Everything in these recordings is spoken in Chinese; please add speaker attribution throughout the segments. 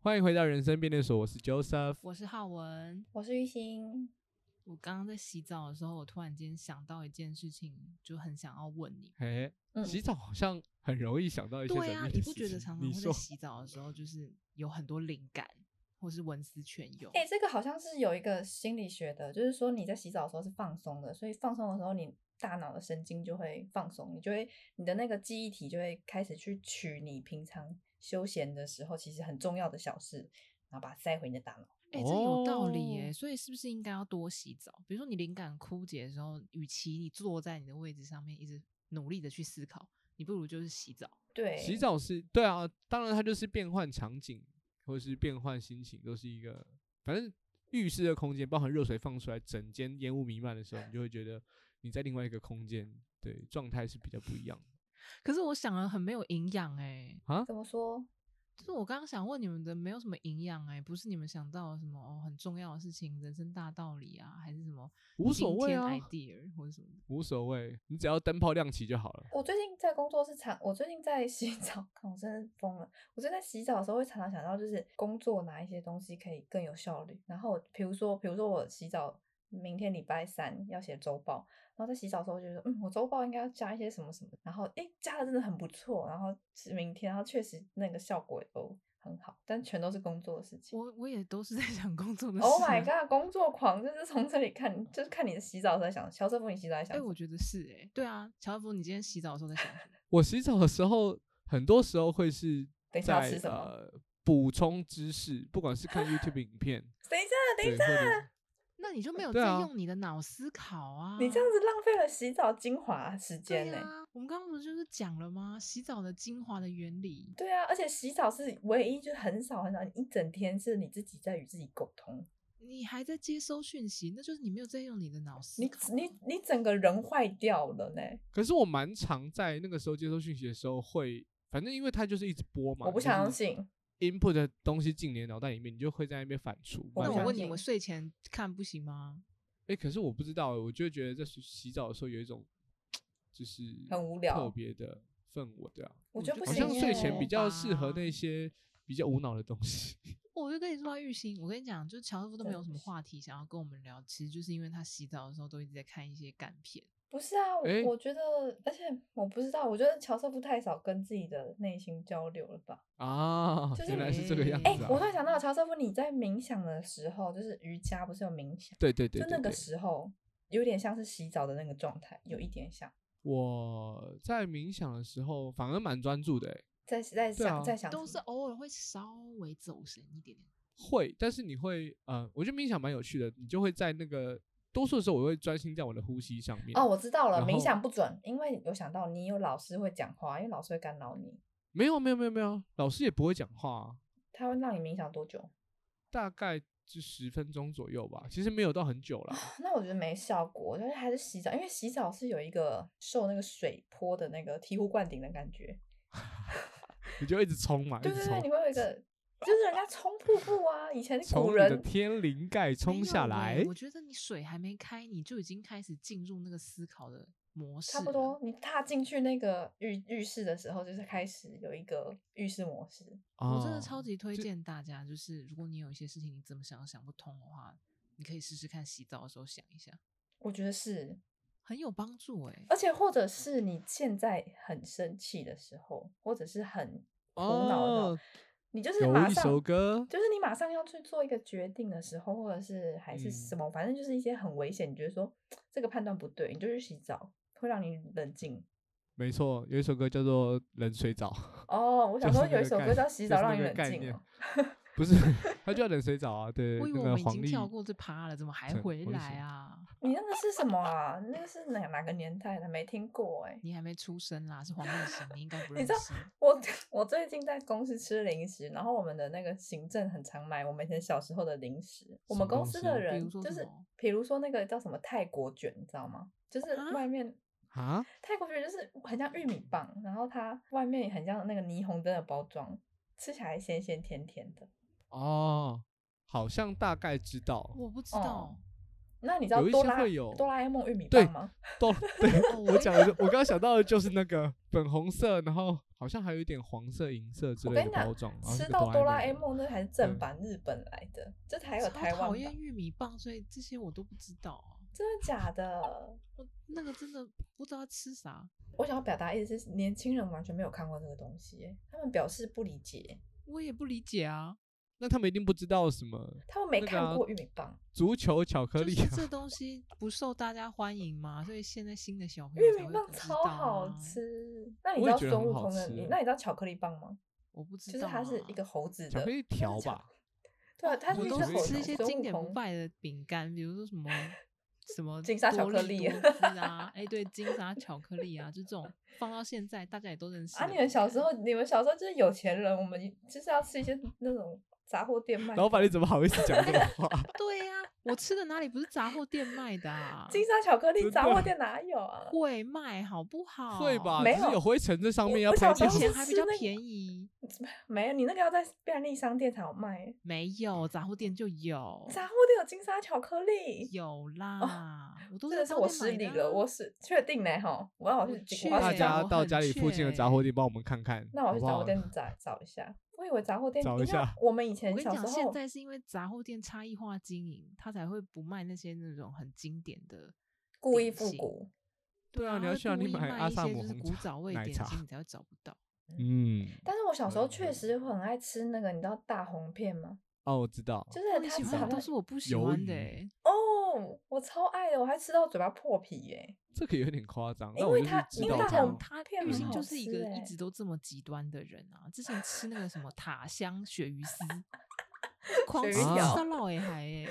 Speaker 1: 欢迎回到人生变电所，我是 Joseph。
Speaker 2: 我是浩文。
Speaker 3: 我是玉兴，
Speaker 2: 我刚刚在洗澡的时候，我突然间想到一件事情，就很想要问你。
Speaker 1: 哎、
Speaker 3: 嗯
Speaker 1: 洗澡好像很容易想到一些
Speaker 2: 对
Speaker 1: 神
Speaker 2: 啊，
Speaker 1: 秘
Speaker 2: 你
Speaker 1: 的事
Speaker 2: 不觉得
Speaker 1: 情。
Speaker 2: 常常
Speaker 1: 哎你
Speaker 2: 会在
Speaker 1: 说
Speaker 2: 洗澡的时候，就是有很多灵感，或是文思泉涌？
Speaker 3: 哎、这个好像是有一个心理学的，就是说你在洗澡的时候是放松的，所以放松的时候你大脑的神经就会放松，你就会你的那个记忆体就会开始去取你平常休闲的时候其实很重要的小事，然后把它塞回你的大脑。
Speaker 2: 哎、这有道理耶、
Speaker 1: 哦
Speaker 2: 所以是不是应该要多洗澡？比如说你灵感枯竭的时候，与其你坐在你的位置上面一直努力的去思考，你不如就是洗澡。
Speaker 3: 对，
Speaker 1: 洗澡是对啊，当然它就是变换场景或是变换心情，都是一个反正浴室的空间，包含热水放出来，整间烟雾弥漫的时候，你就会觉得你在另外一个空间，对状态是比较不一样的
Speaker 2: 可是我想了很没有营养哎，
Speaker 1: 啊。
Speaker 3: 怎么说？
Speaker 2: 就是我刚刚想问你们的，没有什么营养哎，不是你们想到的什么哦很重要的事情，人生大道理啊，还是什么
Speaker 1: 无所
Speaker 2: 惊
Speaker 1: 谓
Speaker 2: 天
Speaker 1: 啊
Speaker 2: idea 或者什么的？
Speaker 1: 无所谓，你只要灯泡亮起就好了。
Speaker 3: 我最近在工作是常，我最近在 洗澡，看我真的疯了。我最近在洗澡的时候会常常想到，就是工作哪一些东西可以更有效率。然后我比如说，比如说我洗澡，明天礼拜三要写周报，然后在洗澡的时候就觉得，嗯，我周报应该要加一些什么什么，然后诶加的真的很不错，然后是明天，然后确实那个效果也都很好，但全都是工作的事情。
Speaker 2: 我我也都是在想工 作的事、啊。
Speaker 3: Oh my god！工作狂就是从这里看，就是看你的洗澡在想，乔瑟夫，你洗澡在
Speaker 2: 哎、
Speaker 3: 想什么？
Speaker 2: 我觉得是哎、对啊，乔夫，你今天洗澡的时候在想什么？
Speaker 1: 我洗澡的时候，很多时候会是
Speaker 3: 等一下要
Speaker 1: 在
Speaker 3: 吃什么
Speaker 1: 呃补充知识，不管是看 YouTube 影片，
Speaker 3: 等一下，等一
Speaker 1: 对，
Speaker 3: 下
Speaker 1: 或。者
Speaker 2: 那你就没有
Speaker 1: 对
Speaker 2: 在
Speaker 1: 啊
Speaker 2: 用你的脑思考啊！
Speaker 3: 你这样欸子浪费了洗澡精华时间
Speaker 2: 对
Speaker 3: 呢、
Speaker 2: 啊，我们刚刚不是就是讲了吗？洗澡的精华的原理。
Speaker 3: 对啊，而且洗澡是唯一，就是很少很少，你一整天是你自己在与自己沟通，
Speaker 2: 你还在接收讯息，那就是你没有在用你的脑思
Speaker 3: 你
Speaker 2: 考啊。
Speaker 3: 你你整个人坏掉了呢、
Speaker 1: 可是我蛮常在那个时候接收讯息的时候会，反正因为它就是一直播嘛，
Speaker 3: 我不
Speaker 1: 就是
Speaker 3: 相信，
Speaker 1: input 的东西进你的脑袋里面，你就会在那边反刍。
Speaker 3: 我
Speaker 1: 慢慢
Speaker 2: 那
Speaker 3: 不
Speaker 2: 我
Speaker 3: 相
Speaker 2: 问你，
Speaker 3: 信
Speaker 2: 我睡前看不行吗？
Speaker 1: 哎、可是我不知道欸、我就会觉得在洗洗澡的时候有一种就是
Speaker 3: 很无
Speaker 1: 特
Speaker 3: 聊
Speaker 1: 别的氛围，对啊，
Speaker 3: 我觉得不
Speaker 1: 好
Speaker 3: 行
Speaker 1: 像睡
Speaker 3: 耶
Speaker 1: 前比较适合
Speaker 2: 吧
Speaker 1: 那些比较无脑的东西。
Speaker 2: 我就跟你说啊，玉兴，我跟你讲，就乔师傅都没
Speaker 3: 真
Speaker 2: 有什
Speaker 3: 的
Speaker 2: 么
Speaker 3: 是
Speaker 2: 话题想要跟我们聊，其实就是因为他洗澡的时候都一直在看一些干片。
Speaker 3: 不是啊，我、
Speaker 1: 诶
Speaker 3: 我觉得，而且我不知道，我觉得乔瑟夫太少跟自己的内心交流了吧。
Speaker 1: 啊，
Speaker 3: 就是
Speaker 1: 原来是这个样子、
Speaker 3: 哎、
Speaker 1: 啊
Speaker 2: 是啊
Speaker 3: 我突然想到，乔瑟夫你在冥想的时候，就是瑜伽不是有冥想，
Speaker 1: 对对对对
Speaker 3: 就那个
Speaker 1: 对
Speaker 3: 时候有点像是洗澡的那个状态，有一点像。
Speaker 1: 我在冥想的时候反而蛮专注的、欸，
Speaker 3: 在在
Speaker 1: 对
Speaker 3: 想、
Speaker 1: 啊
Speaker 3: 在想
Speaker 2: 都
Speaker 3: 什
Speaker 2: 是
Speaker 3: 么
Speaker 2: 偶尔会稍微走神一点点。
Speaker 1: 会，但是你会，呃，我觉得冥想蛮有趣的，你就会在那个多数的时候，我会专心在我的呼吸上面。
Speaker 3: 哦，，我知道了，
Speaker 1: 然
Speaker 3: 冥
Speaker 1: 后
Speaker 3: 想不准，因为有想到你有老师会讲话，因为老师会干扰你，
Speaker 1: 没有没有没有没有，老师也不会讲话、啊，
Speaker 3: 他会让你冥想多久？
Speaker 1: 大概就十分钟左右吧，其实没有到很久啦。
Speaker 3: 那我觉得没效果，但是还是洗澡，因为洗澡是有一个受那个水泼的那个醍醐灌顶的感觉，
Speaker 1: 你就一直冲嘛，一
Speaker 3: 对
Speaker 1: 直
Speaker 3: 对对，你
Speaker 1: 冲，
Speaker 3: 会有一个，就是人家冲瀑布啊，以前古
Speaker 1: 从你的
Speaker 3: 人
Speaker 1: 天灵盖
Speaker 2: 没
Speaker 1: 冲
Speaker 2: 有
Speaker 1: 下
Speaker 2: 欸
Speaker 1: 来。
Speaker 2: 我觉得你水还没开，你就已经开始进入那个思考的模式，
Speaker 3: 差不多，。你踏进去那个浴浴室的时候，就是开始有一个浴室模式，
Speaker 2: 我真的
Speaker 1: 哦
Speaker 2: 超级推
Speaker 1: 就
Speaker 2: 荐大家，就是如果你有一些事情你怎么想都想不通的话，你可以试试看洗澡的时候想一下，
Speaker 3: 我觉得是，
Speaker 2: 很有帮助哎、
Speaker 3: 而且或者是你现在很生气的时候，或者是很苦恼的时候
Speaker 1: 哦
Speaker 3: 你就是
Speaker 1: 有
Speaker 3: 马
Speaker 1: 一
Speaker 3: 上
Speaker 1: 首歌
Speaker 3: 就是你马上要去做一个决定的时候，或者是还是什
Speaker 1: 嗯
Speaker 3: 么，反正就是一些很危险，你觉得说这个判断不对，你就去洗澡，会让你冷静。
Speaker 1: 没错，有一首歌叫做《冷水澡》。
Speaker 3: 哦，我想
Speaker 1: 就
Speaker 3: 说
Speaker 1: 是那
Speaker 3: 有一
Speaker 1: 个
Speaker 3: 首
Speaker 1: 概
Speaker 3: 歌叫《洗
Speaker 1: 就
Speaker 3: 澡
Speaker 1: 是
Speaker 3: 让
Speaker 1: 那
Speaker 3: 你
Speaker 1: 个
Speaker 3: 冷
Speaker 1: 概
Speaker 3: 静
Speaker 1: 念
Speaker 3: 哦》，
Speaker 1: 不 是，它就叫冷水澡啊，对，
Speaker 2: 我以为
Speaker 1: 那个
Speaker 2: 我们已
Speaker 1: 黄
Speaker 2: 经
Speaker 1: 历
Speaker 2: 跳过这趴了，怎么还
Speaker 1: 陈
Speaker 2: 回
Speaker 1: 黄历
Speaker 2: 来
Speaker 1: 谁
Speaker 2: 啊？
Speaker 3: 你那个是什么啊？那个是哪哪个年代的？没听过哎、
Speaker 2: 你还没出生啦，是黄立行，你应该不
Speaker 3: 你
Speaker 2: 认
Speaker 3: 知道
Speaker 2: 识。
Speaker 3: 我我最近在公司吃零食，然后我们的那个行政很常买我们以前小时候的零食。我
Speaker 1: 什么
Speaker 3: 们公
Speaker 1: 东
Speaker 3: 司
Speaker 1: 西
Speaker 3: 的
Speaker 1: 比
Speaker 3: 人
Speaker 2: 如说
Speaker 3: 就
Speaker 2: 什
Speaker 3: 是
Speaker 2: 么，
Speaker 3: 比如说那个叫什么泰国卷，你知道吗？就是
Speaker 2: 啊
Speaker 3: 外面
Speaker 1: 啊，
Speaker 3: 泰国卷就是很像玉米棒，然后它外面很像那个霓虹灯的包装，吃起来咸咸甜甜的。
Speaker 1: 哦，好像大概知道，
Speaker 2: 我不知
Speaker 3: 哦
Speaker 2: 道，
Speaker 3: 那你知道
Speaker 1: 有一
Speaker 3: 哆
Speaker 1: 些
Speaker 3: 啦
Speaker 1: 会有
Speaker 3: 哆啦 A 梦玉米
Speaker 1: 对啊
Speaker 3: 棒吗？
Speaker 1: 都对
Speaker 2: 哦
Speaker 1: 我讲的就，我刚刚想到的就是那 个粉红色，然后好像还有一点黄色、银色之
Speaker 3: 我
Speaker 1: 类
Speaker 3: 跟
Speaker 1: 的
Speaker 3: 你讲
Speaker 1: 包装。然后是
Speaker 3: 吃
Speaker 1: 个
Speaker 3: 到哆啦
Speaker 1: A
Speaker 3: A
Speaker 1: 梦，
Speaker 3: 梦那还是
Speaker 1: 对
Speaker 3: 正版日本来的，这才有
Speaker 2: 超
Speaker 3: 台湾
Speaker 2: 讨
Speaker 3: 版，
Speaker 2: 厌玉米棒，所以这些我都不知道啊。
Speaker 3: 真的假的？
Speaker 2: 我那个真的不知道吃啥，
Speaker 3: 我想要表达的意思是，年轻人完全没有看过这个东西耶，他们表示不理解，
Speaker 2: 我也不理解啊。
Speaker 1: 那他们一定不知道什么
Speaker 3: 他们没
Speaker 1: 那个啊
Speaker 3: 看过玉米棒。
Speaker 1: 足球巧克
Speaker 2: 就
Speaker 1: 力
Speaker 2: 是
Speaker 1: 啊，
Speaker 2: 这东西不受大家欢迎嘛，所以现在新的小朋友
Speaker 3: 玉
Speaker 2: 才
Speaker 3: 米
Speaker 2: 会
Speaker 3: 棒
Speaker 2: 不知
Speaker 3: 超
Speaker 2: 道
Speaker 3: 好
Speaker 2: 啊，
Speaker 3: 吃，那你
Speaker 1: 我
Speaker 3: 知
Speaker 1: 也
Speaker 3: 道
Speaker 1: 觉得
Speaker 3: 孙
Speaker 1: 很
Speaker 3: 悟
Speaker 1: 好
Speaker 3: 空的
Speaker 1: 吃
Speaker 3: 你？那你知道巧克力棒吗？
Speaker 2: 我不知
Speaker 3: 就是
Speaker 2: 道啊。
Speaker 3: 它是一个猴子
Speaker 1: 巧
Speaker 3: 的
Speaker 1: 克力条吧，
Speaker 3: 对啊，它
Speaker 1: 是
Speaker 2: 我
Speaker 3: 一
Speaker 1: 一
Speaker 2: 都
Speaker 1: 只
Speaker 3: 只
Speaker 1: 是
Speaker 3: 猴
Speaker 1: 猴
Speaker 2: 吃
Speaker 3: 子
Speaker 2: 一些
Speaker 3: 孙
Speaker 2: 经
Speaker 3: 悟
Speaker 2: 典不
Speaker 3: 空
Speaker 2: 败的饼干，比如说什 么什么
Speaker 3: 金沙
Speaker 2: 多
Speaker 3: 巧克
Speaker 2: 利
Speaker 3: 力
Speaker 2: 多滋啊，哎，对，金沙巧克力啊，就这种放到现在大家也都认识
Speaker 3: 啊！
Speaker 2: 的嗯
Speaker 3: 你们
Speaker 2: 饼
Speaker 3: 小时
Speaker 2: 干
Speaker 3: 候，你们小时候就是有钱人，我们就是要吃一些那种杂货店卖的。
Speaker 1: 老板你怎么好意思讲这种话？
Speaker 2: 对呀、我吃的哪里不是杂货店卖的啊？
Speaker 3: 金沙巧克力
Speaker 1: 真
Speaker 3: 杂
Speaker 1: 的
Speaker 3: 货店哪有啊？
Speaker 2: 会卖好不好？
Speaker 1: 会吧？
Speaker 3: 哦没
Speaker 1: 只是
Speaker 3: 有
Speaker 1: 有灰尘在上
Speaker 3: 我
Speaker 1: 面要
Speaker 3: 我
Speaker 1: 拍
Speaker 3: 小
Speaker 2: 以
Speaker 1: 照
Speaker 3: 时候
Speaker 2: 前
Speaker 1: 片。
Speaker 3: 是
Speaker 2: 还比
Speaker 3: 吃
Speaker 2: 较
Speaker 3: 那个
Speaker 2: 便宜，
Speaker 3: 没有，你那个要在便利商店才有卖。
Speaker 2: 没有杂货店就有，
Speaker 3: 杂货店有金沙巧克力，
Speaker 2: 有啦，我都
Speaker 3: 这
Speaker 2: 在
Speaker 3: 个是
Speaker 2: 杂
Speaker 3: 我
Speaker 2: 货店
Speaker 3: 失
Speaker 2: 买
Speaker 3: 礼
Speaker 2: 的
Speaker 3: 了，
Speaker 2: 啊
Speaker 3: 我是确定嘞哈，我要去
Speaker 2: 我
Speaker 3: 我要
Speaker 1: 大
Speaker 2: 确
Speaker 3: 去
Speaker 2: 定
Speaker 1: 家
Speaker 3: 找
Speaker 2: 我
Speaker 1: 到
Speaker 2: 很
Speaker 1: 家里附近的
Speaker 2: 确
Speaker 1: 杂货店帮我们看看，
Speaker 3: 那我
Speaker 1: 好
Speaker 3: 去
Speaker 1: 不
Speaker 3: 杂
Speaker 1: 好
Speaker 3: 货？店找找一下。我以为杂货店
Speaker 1: 找一
Speaker 3: 应该
Speaker 1: 下
Speaker 3: 我们以
Speaker 2: 我
Speaker 3: 前
Speaker 2: 跟你
Speaker 3: 小
Speaker 2: 讲，
Speaker 3: 时
Speaker 2: 现
Speaker 3: 候
Speaker 2: 在是因为杂货店差异化经营，它才会不卖那些那种很经典的。
Speaker 3: 故意
Speaker 2: 点
Speaker 3: 复
Speaker 2: 心
Speaker 3: 古，
Speaker 1: 对啊，
Speaker 2: 它
Speaker 1: 你要
Speaker 2: 会
Speaker 1: 去哪
Speaker 2: 故
Speaker 1: 里
Speaker 2: 意
Speaker 1: 买
Speaker 2: 卖
Speaker 1: 阿
Speaker 2: 一
Speaker 1: 萨
Speaker 2: 些
Speaker 1: 姆
Speaker 2: 就是
Speaker 1: 红
Speaker 2: 古
Speaker 1: 茶
Speaker 2: 早味
Speaker 1: 奶
Speaker 2: 点
Speaker 1: 茶
Speaker 2: 心，你才会找不到。
Speaker 1: 嗯，
Speaker 3: 但是我小时
Speaker 1: 嗯
Speaker 3: 候确实会很爱吃那个，你知道大红片吗？
Speaker 1: 哦，我知道，
Speaker 3: 就是
Speaker 2: 你
Speaker 3: 它
Speaker 2: 喜
Speaker 3: 是
Speaker 2: 欢
Speaker 3: 好
Speaker 2: 的都是
Speaker 3: 像
Speaker 2: 我不喜
Speaker 1: 鱿
Speaker 2: 欢的、
Speaker 1: 鱼
Speaker 2: 欸，
Speaker 3: 哦，我超爱的，我还吃到嘴巴破皮耶、
Speaker 1: 这个有点夸张，
Speaker 3: 因
Speaker 1: 但我
Speaker 3: 为
Speaker 1: 就是
Speaker 3: 它
Speaker 1: 知
Speaker 3: 因为
Speaker 1: 道
Speaker 3: 它
Speaker 1: 这
Speaker 3: 很
Speaker 1: 样
Speaker 3: 大
Speaker 2: 他
Speaker 3: 片
Speaker 2: 玉
Speaker 1: 很
Speaker 2: 兴
Speaker 1: 好
Speaker 2: 就是一
Speaker 3: 吃
Speaker 2: 个
Speaker 3: 欸
Speaker 2: 一直都这么极端的人啊！之前吃那个什么塔香鳕鱼丝，狂
Speaker 3: 鳕
Speaker 2: 吃
Speaker 3: 鱼
Speaker 2: 吃
Speaker 1: 条
Speaker 2: 到老也还哎、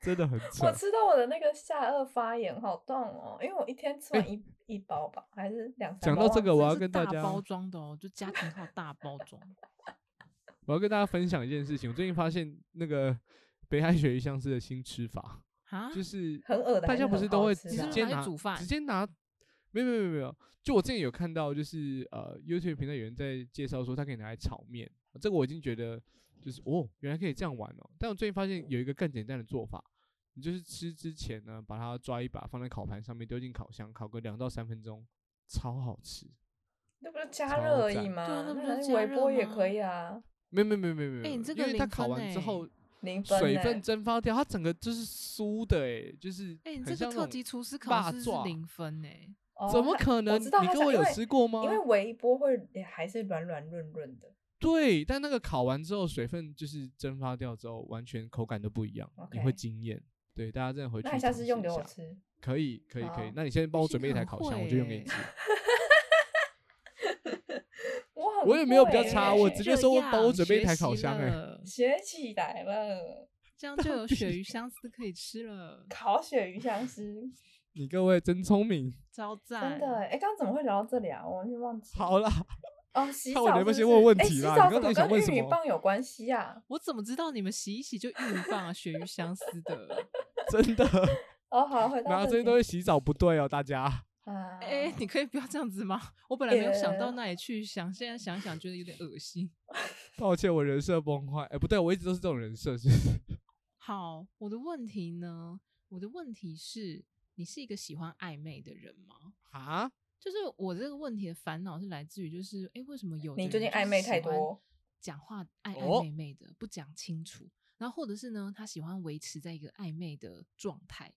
Speaker 1: 真的很扯
Speaker 3: 我。吃到我的那个下颚发炎，好痛哦！因为我一天吃完一、一包吧，还是两三
Speaker 1: 讲
Speaker 3: 包
Speaker 1: 到这
Speaker 3: 忘
Speaker 1: 个，我要
Speaker 2: 这
Speaker 3: 记
Speaker 2: 是
Speaker 1: 跟大
Speaker 2: 大
Speaker 1: 家，
Speaker 2: 包装的哦，就家庭号大包装。
Speaker 1: 我要跟大家分享一件事情。我最近发现那个 北海鳕鱼香丝的新吃法，
Speaker 2: 啊，
Speaker 1: 就是
Speaker 3: 很恶的
Speaker 1: 大
Speaker 3: 还
Speaker 1: 家
Speaker 3: 是
Speaker 1: 不
Speaker 3: 很
Speaker 1: 是都
Speaker 3: 好
Speaker 1: 会
Speaker 3: 吃
Speaker 1: 直
Speaker 3: 的啊
Speaker 1: 接
Speaker 2: 你是拿去
Speaker 1: 拿
Speaker 2: 煮饭
Speaker 1: 直接拿？没有没有没有没有，就我之前有看到，就是呃 YouTube 频道有人在介绍说它可以拿来炒面，这个我已经觉得就是哦，原来可以这样玩哦。但我最近发现有一个更简单的做法，你就是吃之前呢，把它抓一把放在烤盘上面，丢进烤箱烤个两到三分钟，超好吃。
Speaker 3: 那不就加
Speaker 1: 超
Speaker 3: 热而
Speaker 1: 赞啊
Speaker 3: 已吗？
Speaker 2: 那不就
Speaker 3: 拿去
Speaker 2: 加
Speaker 3: 微
Speaker 2: 热
Speaker 3: 波也
Speaker 2: 吗
Speaker 3: 可以啊，
Speaker 1: 没有没有没有没有没有，
Speaker 2: 哎你
Speaker 1: 没有
Speaker 2: 这
Speaker 1: 因
Speaker 2: 个
Speaker 1: 为它
Speaker 2: 零
Speaker 1: 烤
Speaker 2: 分
Speaker 1: 完之
Speaker 2: 欸
Speaker 1: 后，
Speaker 3: 零分
Speaker 1: 水
Speaker 3: 呢
Speaker 1: 分蒸发掉，它整个就是酥的哎、就是
Speaker 2: 哎、你
Speaker 1: 很
Speaker 2: 这个
Speaker 1: 像那
Speaker 2: 特
Speaker 1: 种
Speaker 2: 级厨师
Speaker 1: 蚂
Speaker 2: 考试是
Speaker 1: 蚱
Speaker 2: 零分哎、
Speaker 3: 哦
Speaker 1: 怎么
Speaker 3: 它
Speaker 1: 可能？
Speaker 3: 我知道
Speaker 1: 你
Speaker 3: 它
Speaker 1: 各
Speaker 3: 是
Speaker 1: 位有
Speaker 3: 因为
Speaker 1: 吃过吗？
Speaker 3: 因为微波会也还是软软润润的，
Speaker 1: 对，但那个烤完之后，水分就是蒸发掉之后，完全口感都不一样你会
Speaker 3: OK
Speaker 1: 惊艳。对，大家真的回去
Speaker 3: 那你下
Speaker 1: 尝
Speaker 3: 次
Speaker 1: 试
Speaker 3: 用
Speaker 1: 一
Speaker 3: 给我
Speaker 1: 下
Speaker 3: 吃。
Speaker 1: 可以，可以，可以
Speaker 3: 好。
Speaker 1: 那你先帮
Speaker 2: 玉
Speaker 1: 我准
Speaker 2: 兴
Speaker 1: 备一台
Speaker 2: 很
Speaker 1: 烤箱，
Speaker 2: 会
Speaker 1: 我就用给你
Speaker 2: 欸
Speaker 1: 吃。
Speaker 3: 我很
Speaker 1: 我也没有比较
Speaker 3: 会
Speaker 1: 差
Speaker 3: 欸
Speaker 1: 我直接
Speaker 2: 这
Speaker 1: 说我帮我
Speaker 2: 样
Speaker 1: 准备一
Speaker 2: 学
Speaker 1: 台烤
Speaker 2: 习
Speaker 1: 箱欸
Speaker 2: 了
Speaker 3: 学起来了，
Speaker 2: 这样就有鳕鱼相思可以吃 了，
Speaker 3: 烤鳕鱼 香丝，
Speaker 1: 你各位真聪明。
Speaker 2: 超赞！
Speaker 3: 真的欸哎，刚刚怎么会聊到这里啊？我完全忘记。
Speaker 1: 好啦，
Speaker 3: 哦，洗
Speaker 1: 看我
Speaker 3: 澡
Speaker 1: 能不
Speaker 3: 是
Speaker 1: 能
Speaker 3: 不
Speaker 1: 先
Speaker 3: 是？
Speaker 1: 问问
Speaker 3: 哎
Speaker 1: 题
Speaker 3: 洗
Speaker 1: 啦
Speaker 3: 澡
Speaker 1: 你刚刚到底
Speaker 3: 怎么
Speaker 1: 想问
Speaker 3: 跟
Speaker 1: 什
Speaker 3: 玉米
Speaker 1: 么
Speaker 3: 棒有关系呀？
Speaker 2: 我怎么知道你们洗一洗就玉米棒啊、鳕鱼相思的？
Speaker 1: 真 的，
Speaker 3: 哦，好，回到
Speaker 1: 拿啊这些
Speaker 3: 正
Speaker 1: 东
Speaker 3: 题
Speaker 1: 西洗澡不对哦，大家。
Speaker 3: 啊，
Speaker 2: 哎、 你可以不要这样子吗？我本来没有想到
Speaker 3: 呃
Speaker 2: 那里去想，现在想想觉得有点恶心。
Speaker 1: 抱歉，我人设崩坏。哎、不对，我一直都是这种人设，是不是？
Speaker 2: 好，我的问题呢？我的问题是，你是一个喜欢暧昧的人吗？
Speaker 1: 啊？
Speaker 2: 就是我这个问题的烦恼是来自于，就是哎、诶为什么有的
Speaker 3: 你
Speaker 2: 人
Speaker 3: 最近
Speaker 2: 就是
Speaker 3: 暧昧
Speaker 2: 喜
Speaker 3: 太
Speaker 2: 欢
Speaker 3: 多，
Speaker 2: 讲话暧
Speaker 1: 哦
Speaker 2: 暧昧昧的，不讲清楚，然后或者是呢，他喜欢维持在一个暧昧的状态，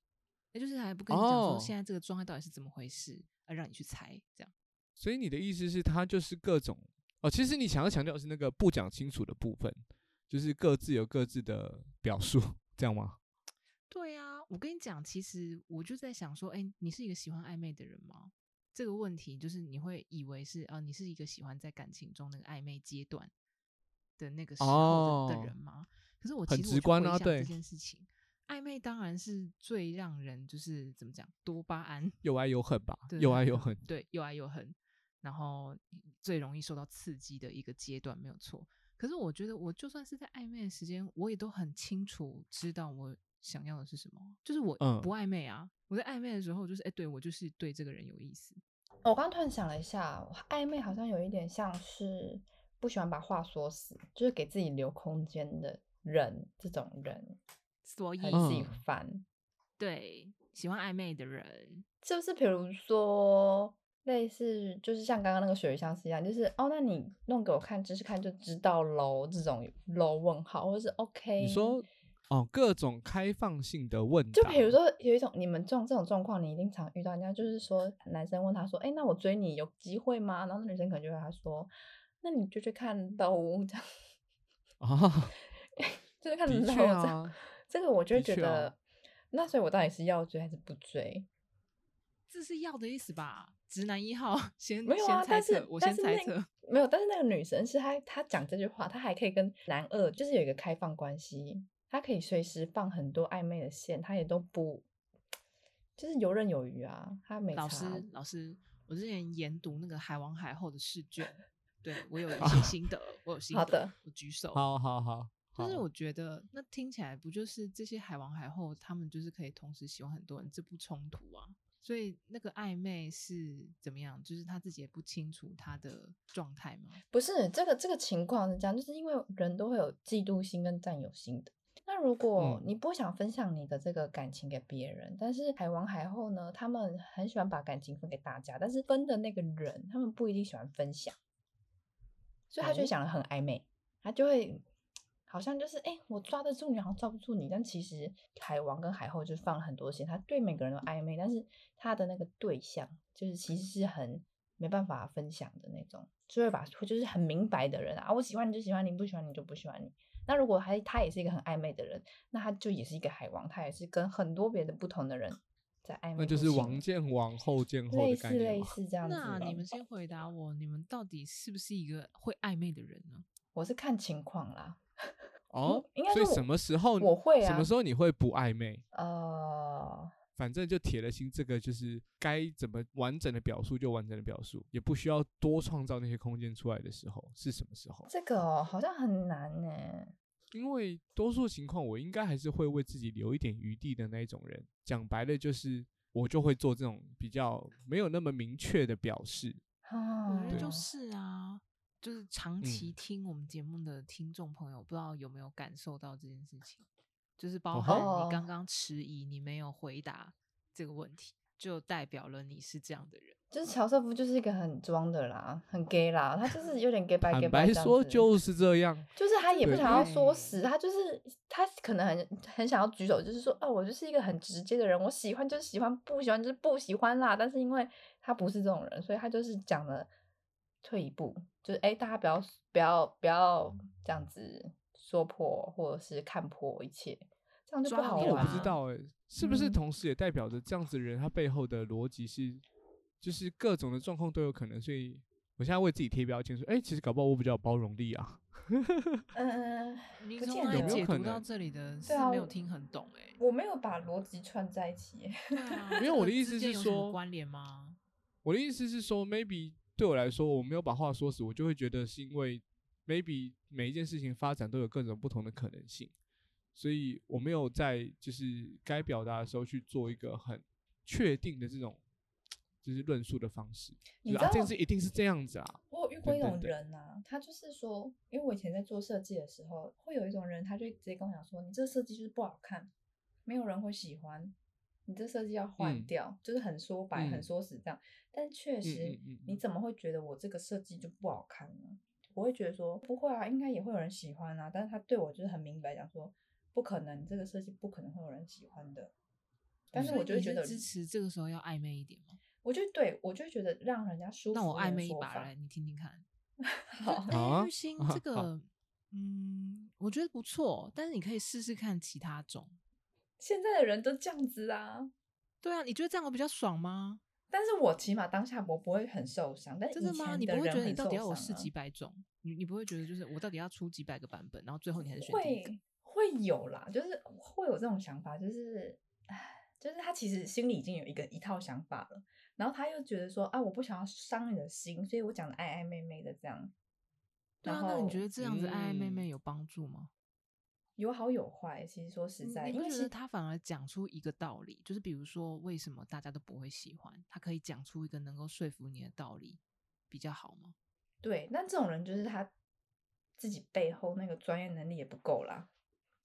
Speaker 2: 也就是还不跟你讲说
Speaker 1: 哦
Speaker 2: 现在这个状态到底是怎么回事，而让你去猜，这样
Speaker 1: 所以你的意思是，他就是各种哦，其实你想要强调的是那个不讲清楚的部分，就是各自有各自的表述，这样吗？
Speaker 2: 对啊，我跟你讲，其实我就在想说，哎、你是一个喜欢暧昧的人吗？这个问题就是你会以为是啊、你是一个喜欢在感情中那个暧昧阶段的那个时候
Speaker 1: 哦
Speaker 2: 的,、的人吗？可是我
Speaker 1: 很
Speaker 2: 其实
Speaker 1: 直
Speaker 2: 我去
Speaker 1: 观
Speaker 2: 回
Speaker 1: 啊
Speaker 2: 想
Speaker 1: 对
Speaker 2: 这件事情，暧昧当然是最让人就是怎么讲多巴胺，
Speaker 1: 又爱又恨吧，
Speaker 2: 对
Speaker 1: 又
Speaker 2: 很
Speaker 3: 啊
Speaker 1: 爱又
Speaker 2: 有
Speaker 1: 恨。
Speaker 2: 对，又爱又恨，然后最容易受到刺激的一个阶段，没有错。可是我觉得，我就算是在暧昧的时间，我也都很清楚知道我想要的是什么，就是我
Speaker 1: 嗯
Speaker 2: 不暧昧啊。我在暧昧的时候，就是哎、对我就是对这个人有意思。
Speaker 3: 哦我刚刚突然想了一下，暧昧好像有一点像是不喜欢把话说死，就是给自己留空间的人，这种人
Speaker 2: 所以
Speaker 3: 很喜
Speaker 1: 嗯
Speaker 3: 欢。
Speaker 2: 对喜欢暧昧的人，
Speaker 3: 就是比如说类似，就是像刚刚那个鳕鱼相思一样，就是哦，那你弄给我看，只是看就知道喽，这种喽问号，或者是 OK。
Speaker 1: 你说哦，各种开放性的问答，
Speaker 3: 就比如说有一种你们这种这种状况，你一定常遇到，人家就是说男生问他说：“哎、那我追你有机会吗？”然后那女生可能就会他说：“那你就去看喽，这样
Speaker 1: 啊，
Speaker 3: 就去看
Speaker 1: 的
Speaker 3: 喽。”
Speaker 1: 确
Speaker 3: 这
Speaker 2: 哦
Speaker 3: 样，
Speaker 1: 啊，
Speaker 3: 这个我就会
Speaker 1: 的
Speaker 3: 觉
Speaker 1: 确
Speaker 3: 得，
Speaker 1: 啊
Speaker 3: 那所以我到底是要追还是不追？
Speaker 2: 这是要的意思吧？直男一号先
Speaker 3: 没有
Speaker 2: 先
Speaker 3: 啊，
Speaker 2: 猜
Speaker 3: 但是
Speaker 2: 测，我
Speaker 3: 但
Speaker 2: 先
Speaker 3: 是
Speaker 2: 猜
Speaker 3: 那
Speaker 2: 测
Speaker 3: 个，没有，但是那个女生是她，她讲这句话，她还可以跟男二就是有一个开放关系，她可以随时放很多暧昧的线，她也都不就是游刃有余啊，她没
Speaker 2: 老师
Speaker 3: 差。
Speaker 2: 老师，我之前研读那个《海王海后》的试 卷，对我有一些心得，我有心
Speaker 3: 好
Speaker 2: 得
Speaker 3: 的，
Speaker 2: 我举手。
Speaker 1: 好好好，
Speaker 2: 就是
Speaker 1: 好
Speaker 2: 我觉得，那听起来不就是这些海王海后，他们就是可以同时喜欢很多人，这不冲突啊。所以那个暧昧是怎么样？就是他自己也不清楚他的状态吗？
Speaker 3: 不是这个这个情况是这样，就是因为人都会有嫉妒心跟占有心的。那如果
Speaker 1: 嗯
Speaker 3: 你不想分享你的这个感情给别人，但是海王海后呢，他们很喜欢把感情分给大家，但是分的那个人，他们不一定喜欢分享，所以他就会
Speaker 1: 哦
Speaker 3: 想的很暧昧，他就会好像就是哎、诶我抓得住你，好像抓不住你，但其实海王跟海后就放了很多心，他对每个人都暧昧，但是他的那个对象就是其实是很没办法分享的那种，就会把就是很明白的人啊，我喜欢你就喜欢你，不喜欢你就不喜欢你。那如果他他也是一个很暧昧的人，那他就也是一个海王，他也是跟很多别的不同的人在暧昧，
Speaker 1: 那就是王
Speaker 3: 见
Speaker 1: 见王后见后
Speaker 3: 类
Speaker 1: 的
Speaker 3: 似
Speaker 1: 概念
Speaker 3: 类
Speaker 1: 嘛，
Speaker 3: 似这样子吧。
Speaker 2: 那你们先回答我，你们到底是不是一个会暧昧的人呢？
Speaker 3: 我是看情况啦，
Speaker 1: 哦
Speaker 3: 应该，
Speaker 1: 所以
Speaker 3: 是我
Speaker 1: 什么时候
Speaker 3: 我会
Speaker 1: 什
Speaker 3: 啊
Speaker 1: 么时候你会不暧昧？
Speaker 3: 呃，
Speaker 1: 反正就铁了心，这个就是该怎么完整的表述就完整的表述，也不需要多创造那些空间出来的时候是什么时候？
Speaker 3: 这个哦好像很难呢、
Speaker 1: 因为多数情况我应该还是会为自己留一点余地的那一种人。讲白了就是我就会做这种比较没有那么明确的表示。
Speaker 2: 我
Speaker 3: 啊，嗯
Speaker 2: 觉得就
Speaker 1: 对
Speaker 2: 是啊，就是长期听我们节目的听众朋友，不知道有没有感受到这件事情，就是包
Speaker 1: 哦
Speaker 2: 含
Speaker 3: 吼
Speaker 2: 你刚刚迟疑，你没有回答这个问题，就代表了你是这样的人。
Speaker 3: 就是乔瑟夫就是一个很装的啦，很 gay 啦，他就是 有点 gay 白 gay
Speaker 1: 坦白
Speaker 3: 白这样
Speaker 1: 说
Speaker 3: 子
Speaker 1: 就是这样，
Speaker 3: 就是他也不
Speaker 1: 对
Speaker 3: 想要
Speaker 2: 因
Speaker 3: 说
Speaker 2: 为
Speaker 3: 死，他就是他可能很很想要举手，就是说，哦，我就是一个很直接的人，我喜欢就是喜欢，不喜欢就是不喜欢啦。但是因为他不是这种人，所以他就是讲了退一步，就是哎，大家不要不要不要这样子说破或者是看破一切，这样就不
Speaker 2: 抓
Speaker 3: 好
Speaker 2: 好
Speaker 1: 因
Speaker 2: 你
Speaker 1: 为
Speaker 2: 了
Speaker 1: 我
Speaker 3: 玩
Speaker 1: 不
Speaker 2: 吧
Speaker 1: 知
Speaker 3: 啊。
Speaker 1: 道诶、欸是不是
Speaker 3: 嗯
Speaker 1: 同时也代表着这样子的人他背后的逻辑是，就是各种的状况都有可能，所以我现在为自己贴标签说，哎、其实搞不好我比较有包容力啊。
Speaker 3: 嗯，
Speaker 2: 你
Speaker 3: 不
Speaker 2: 从
Speaker 3: 见
Speaker 2: 哪
Speaker 3: 得
Speaker 2: 里
Speaker 3: 有没有
Speaker 2: 解
Speaker 1: 可
Speaker 2: 读到
Speaker 1: 能
Speaker 2: 这里的是
Speaker 3: 对啊
Speaker 2: 没有
Speaker 3: 我
Speaker 2: 听很懂哎、
Speaker 3: 我没有把逻辑串在一起。
Speaker 2: 对啊
Speaker 1: 没
Speaker 2: 这
Speaker 1: 有我
Speaker 2: 个
Speaker 1: 的意
Speaker 2: 之
Speaker 1: 思
Speaker 2: 间
Speaker 1: 是
Speaker 2: 有什么
Speaker 1: 说
Speaker 2: 关联吗？
Speaker 1: 我的意思是说，maybe 对我来说，我没有把话说死，我就会觉得是因为 maybe 每一件事情发展都有各种不同的可能性，所以我没有在就是该表达的时候去做一个很确定的这种就是论述的方式，就
Speaker 3: 你
Speaker 1: 是
Speaker 3: 知
Speaker 1: 啊，这件
Speaker 3: 道
Speaker 1: 事一定是这样子啊，
Speaker 3: 我有遇过一
Speaker 1: 等
Speaker 3: 种
Speaker 1: 等
Speaker 3: 人啊，他就是说，因为我以前在做设计的时候，会有一种人，他就直接跟我讲说，你这个设计就是不好看，没有人会喜欢，你这设计要换
Speaker 1: 嗯
Speaker 3: 掉，就是很说白、
Speaker 1: 嗯
Speaker 3: 很说死这样。但确实，
Speaker 1: 嗯嗯
Speaker 3: 你
Speaker 1: 嗯
Speaker 3: 怎么会觉得我这个设计就不好看呢？我会觉得说，不会啊，应该也会有人喜欢啊。但是他对我就是很明白讲说，不可能，你这个设计不可能会有人喜欢的。
Speaker 1: 哦
Speaker 3: 但是
Speaker 2: 所
Speaker 3: 我
Speaker 2: 以
Speaker 3: 就
Speaker 2: 你
Speaker 3: 会觉得，
Speaker 2: 支持这个时候要暧昧一点吗？
Speaker 3: 我就对我就会觉得让人家舒服
Speaker 2: 那我
Speaker 3: 一点
Speaker 2: 暧
Speaker 3: 的
Speaker 2: 昧一
Speaker 3: 说
Speaker 2: 把
Speaker 3: 法
Speaker 2: 来，你听听看。
Speaker 3: 好，
Speaker 1: 好啊
Speaker 2: 哎，玉兴
Speaker 1: 啊
Speaker 2: 这
Speaker 1: 好
Speaker 2: 个，嗯，我觉得不错，但是你可以试试看其他种。
Speaker 3: 现在的人都这样子啊。
Speaker 2: 对啊，你觉得这样我比较爽吗？
Speaker 3: 但是我起码当下我不会很受伤，但
Speaker 2: 真的
Speaker 3: 以
Speaker 2: 吗？
Speaker 3: 前
Speaker 2: 你
Speaker 3: 的
Speaker 2: 不会
Speaker 3: 人
Speaker 2: 觉得你
Speaker 3: 很
Speaker 2: 到底
Speaker 3: 受
Speaker 2: 要我
Speaker 3: 伤
Speaker 2: 试
Speaker 3: 啊
Speaker 2: 几百种？你你不会觉得就是我到底要出几百个版本，然后最后你还是选第一个？
Speaker 3: 会会有啦，就是会有这种想法，就是唉，就是他其实心里已经有一个一套想法了，然后他又觉得说啊，我不想要伤你的心，所以我讲的暧暧昧昧的这样。
Speaker 2: 对啊，
Speaker 3: 然
Speaker 2: 那
Speaker 3: 后
Speaker 2: 你觉得这样子暧暧昧
Speaker 1: 嗯
Speaker 2: 昧有帮助吗？
Speaker 3: 有好有坏？其实说实
Speaker 2: 嗯
Speaker 3: 在，
Speaker 2: 你
Speaker 3: 因
Speaker 2: 不
Speaker 3: 为
Speaker 2: 觉
Speaker 3: 其
Speaker 2: 得他反而讲出一个道理，就是比如说为什么大家都不会喜欢，他可以讲出一个能够说服你的道理，比较好吗？
Speaker 3: 对，那这种人就是他自己背后那个专业能力也不够啦，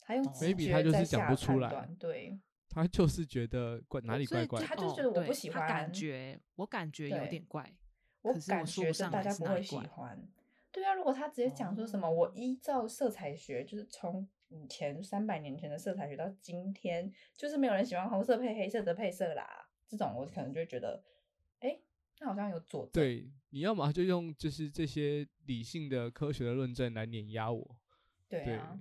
Speaker 3: 他用直
Speaker 1: Maybe 他
Speaker 3: 觉
Speaker 1: 就是
Speaker 3: 在
Speaker 1: 讲
Speaker 3: 下
Speaker 1: 不出
Speaker 3: 判
Speaker 1: 来
Speaker 3: 断，对，
Speaker 1: 他就是觉得怪哪里
Speaker 2: 所以
Speaker 1: 怪怪
Speaker 2: 就
Speaker 1: 的，
Speaker 3: 他就是
Speaker 2: 哦
Speaker 3: 觉得我不
Speaker 2: 对
Speaker 3: 喜
Speaker 2: 他感
Speaker 3: 欢
Speaker 2: 觉我感觉有
Speaker 3: 对
Speaker 2: 点怪，
Speaker 3: 我
Speaker 2: 可是
Speaker 3: 感
Speaker 2: 说
Speaker 3: 觉
Speaker 2: 不
Speaker 3: 是
Speaker 2: 上
Speaker 3: 大
Speaker 2: 来
Speaker 3: 家
Speaker 2: 是
Speaker 3: 不
Speaker 2: 哪
Speaker 3: 会
Speaker 2: 里
Speaker 3: 喜
Speaker 2: 怪。
Speaker 3: 欢。对啊，如果他直接讲说什么，我
Speaker 2: 哦
Speaker 3: 依照色彩学，就是从以前三百年前的色彩学到今天，就是没有人喜欢红色配黑色的配色啦。这种我可能就会觉得，哎，那好像有佐证。
Speaker 1: 对，你要么就用就是这些理性的科学的论证来碾压我，
Speaker 3: 对
Speaker 1: 对
Speaker 3: 啊，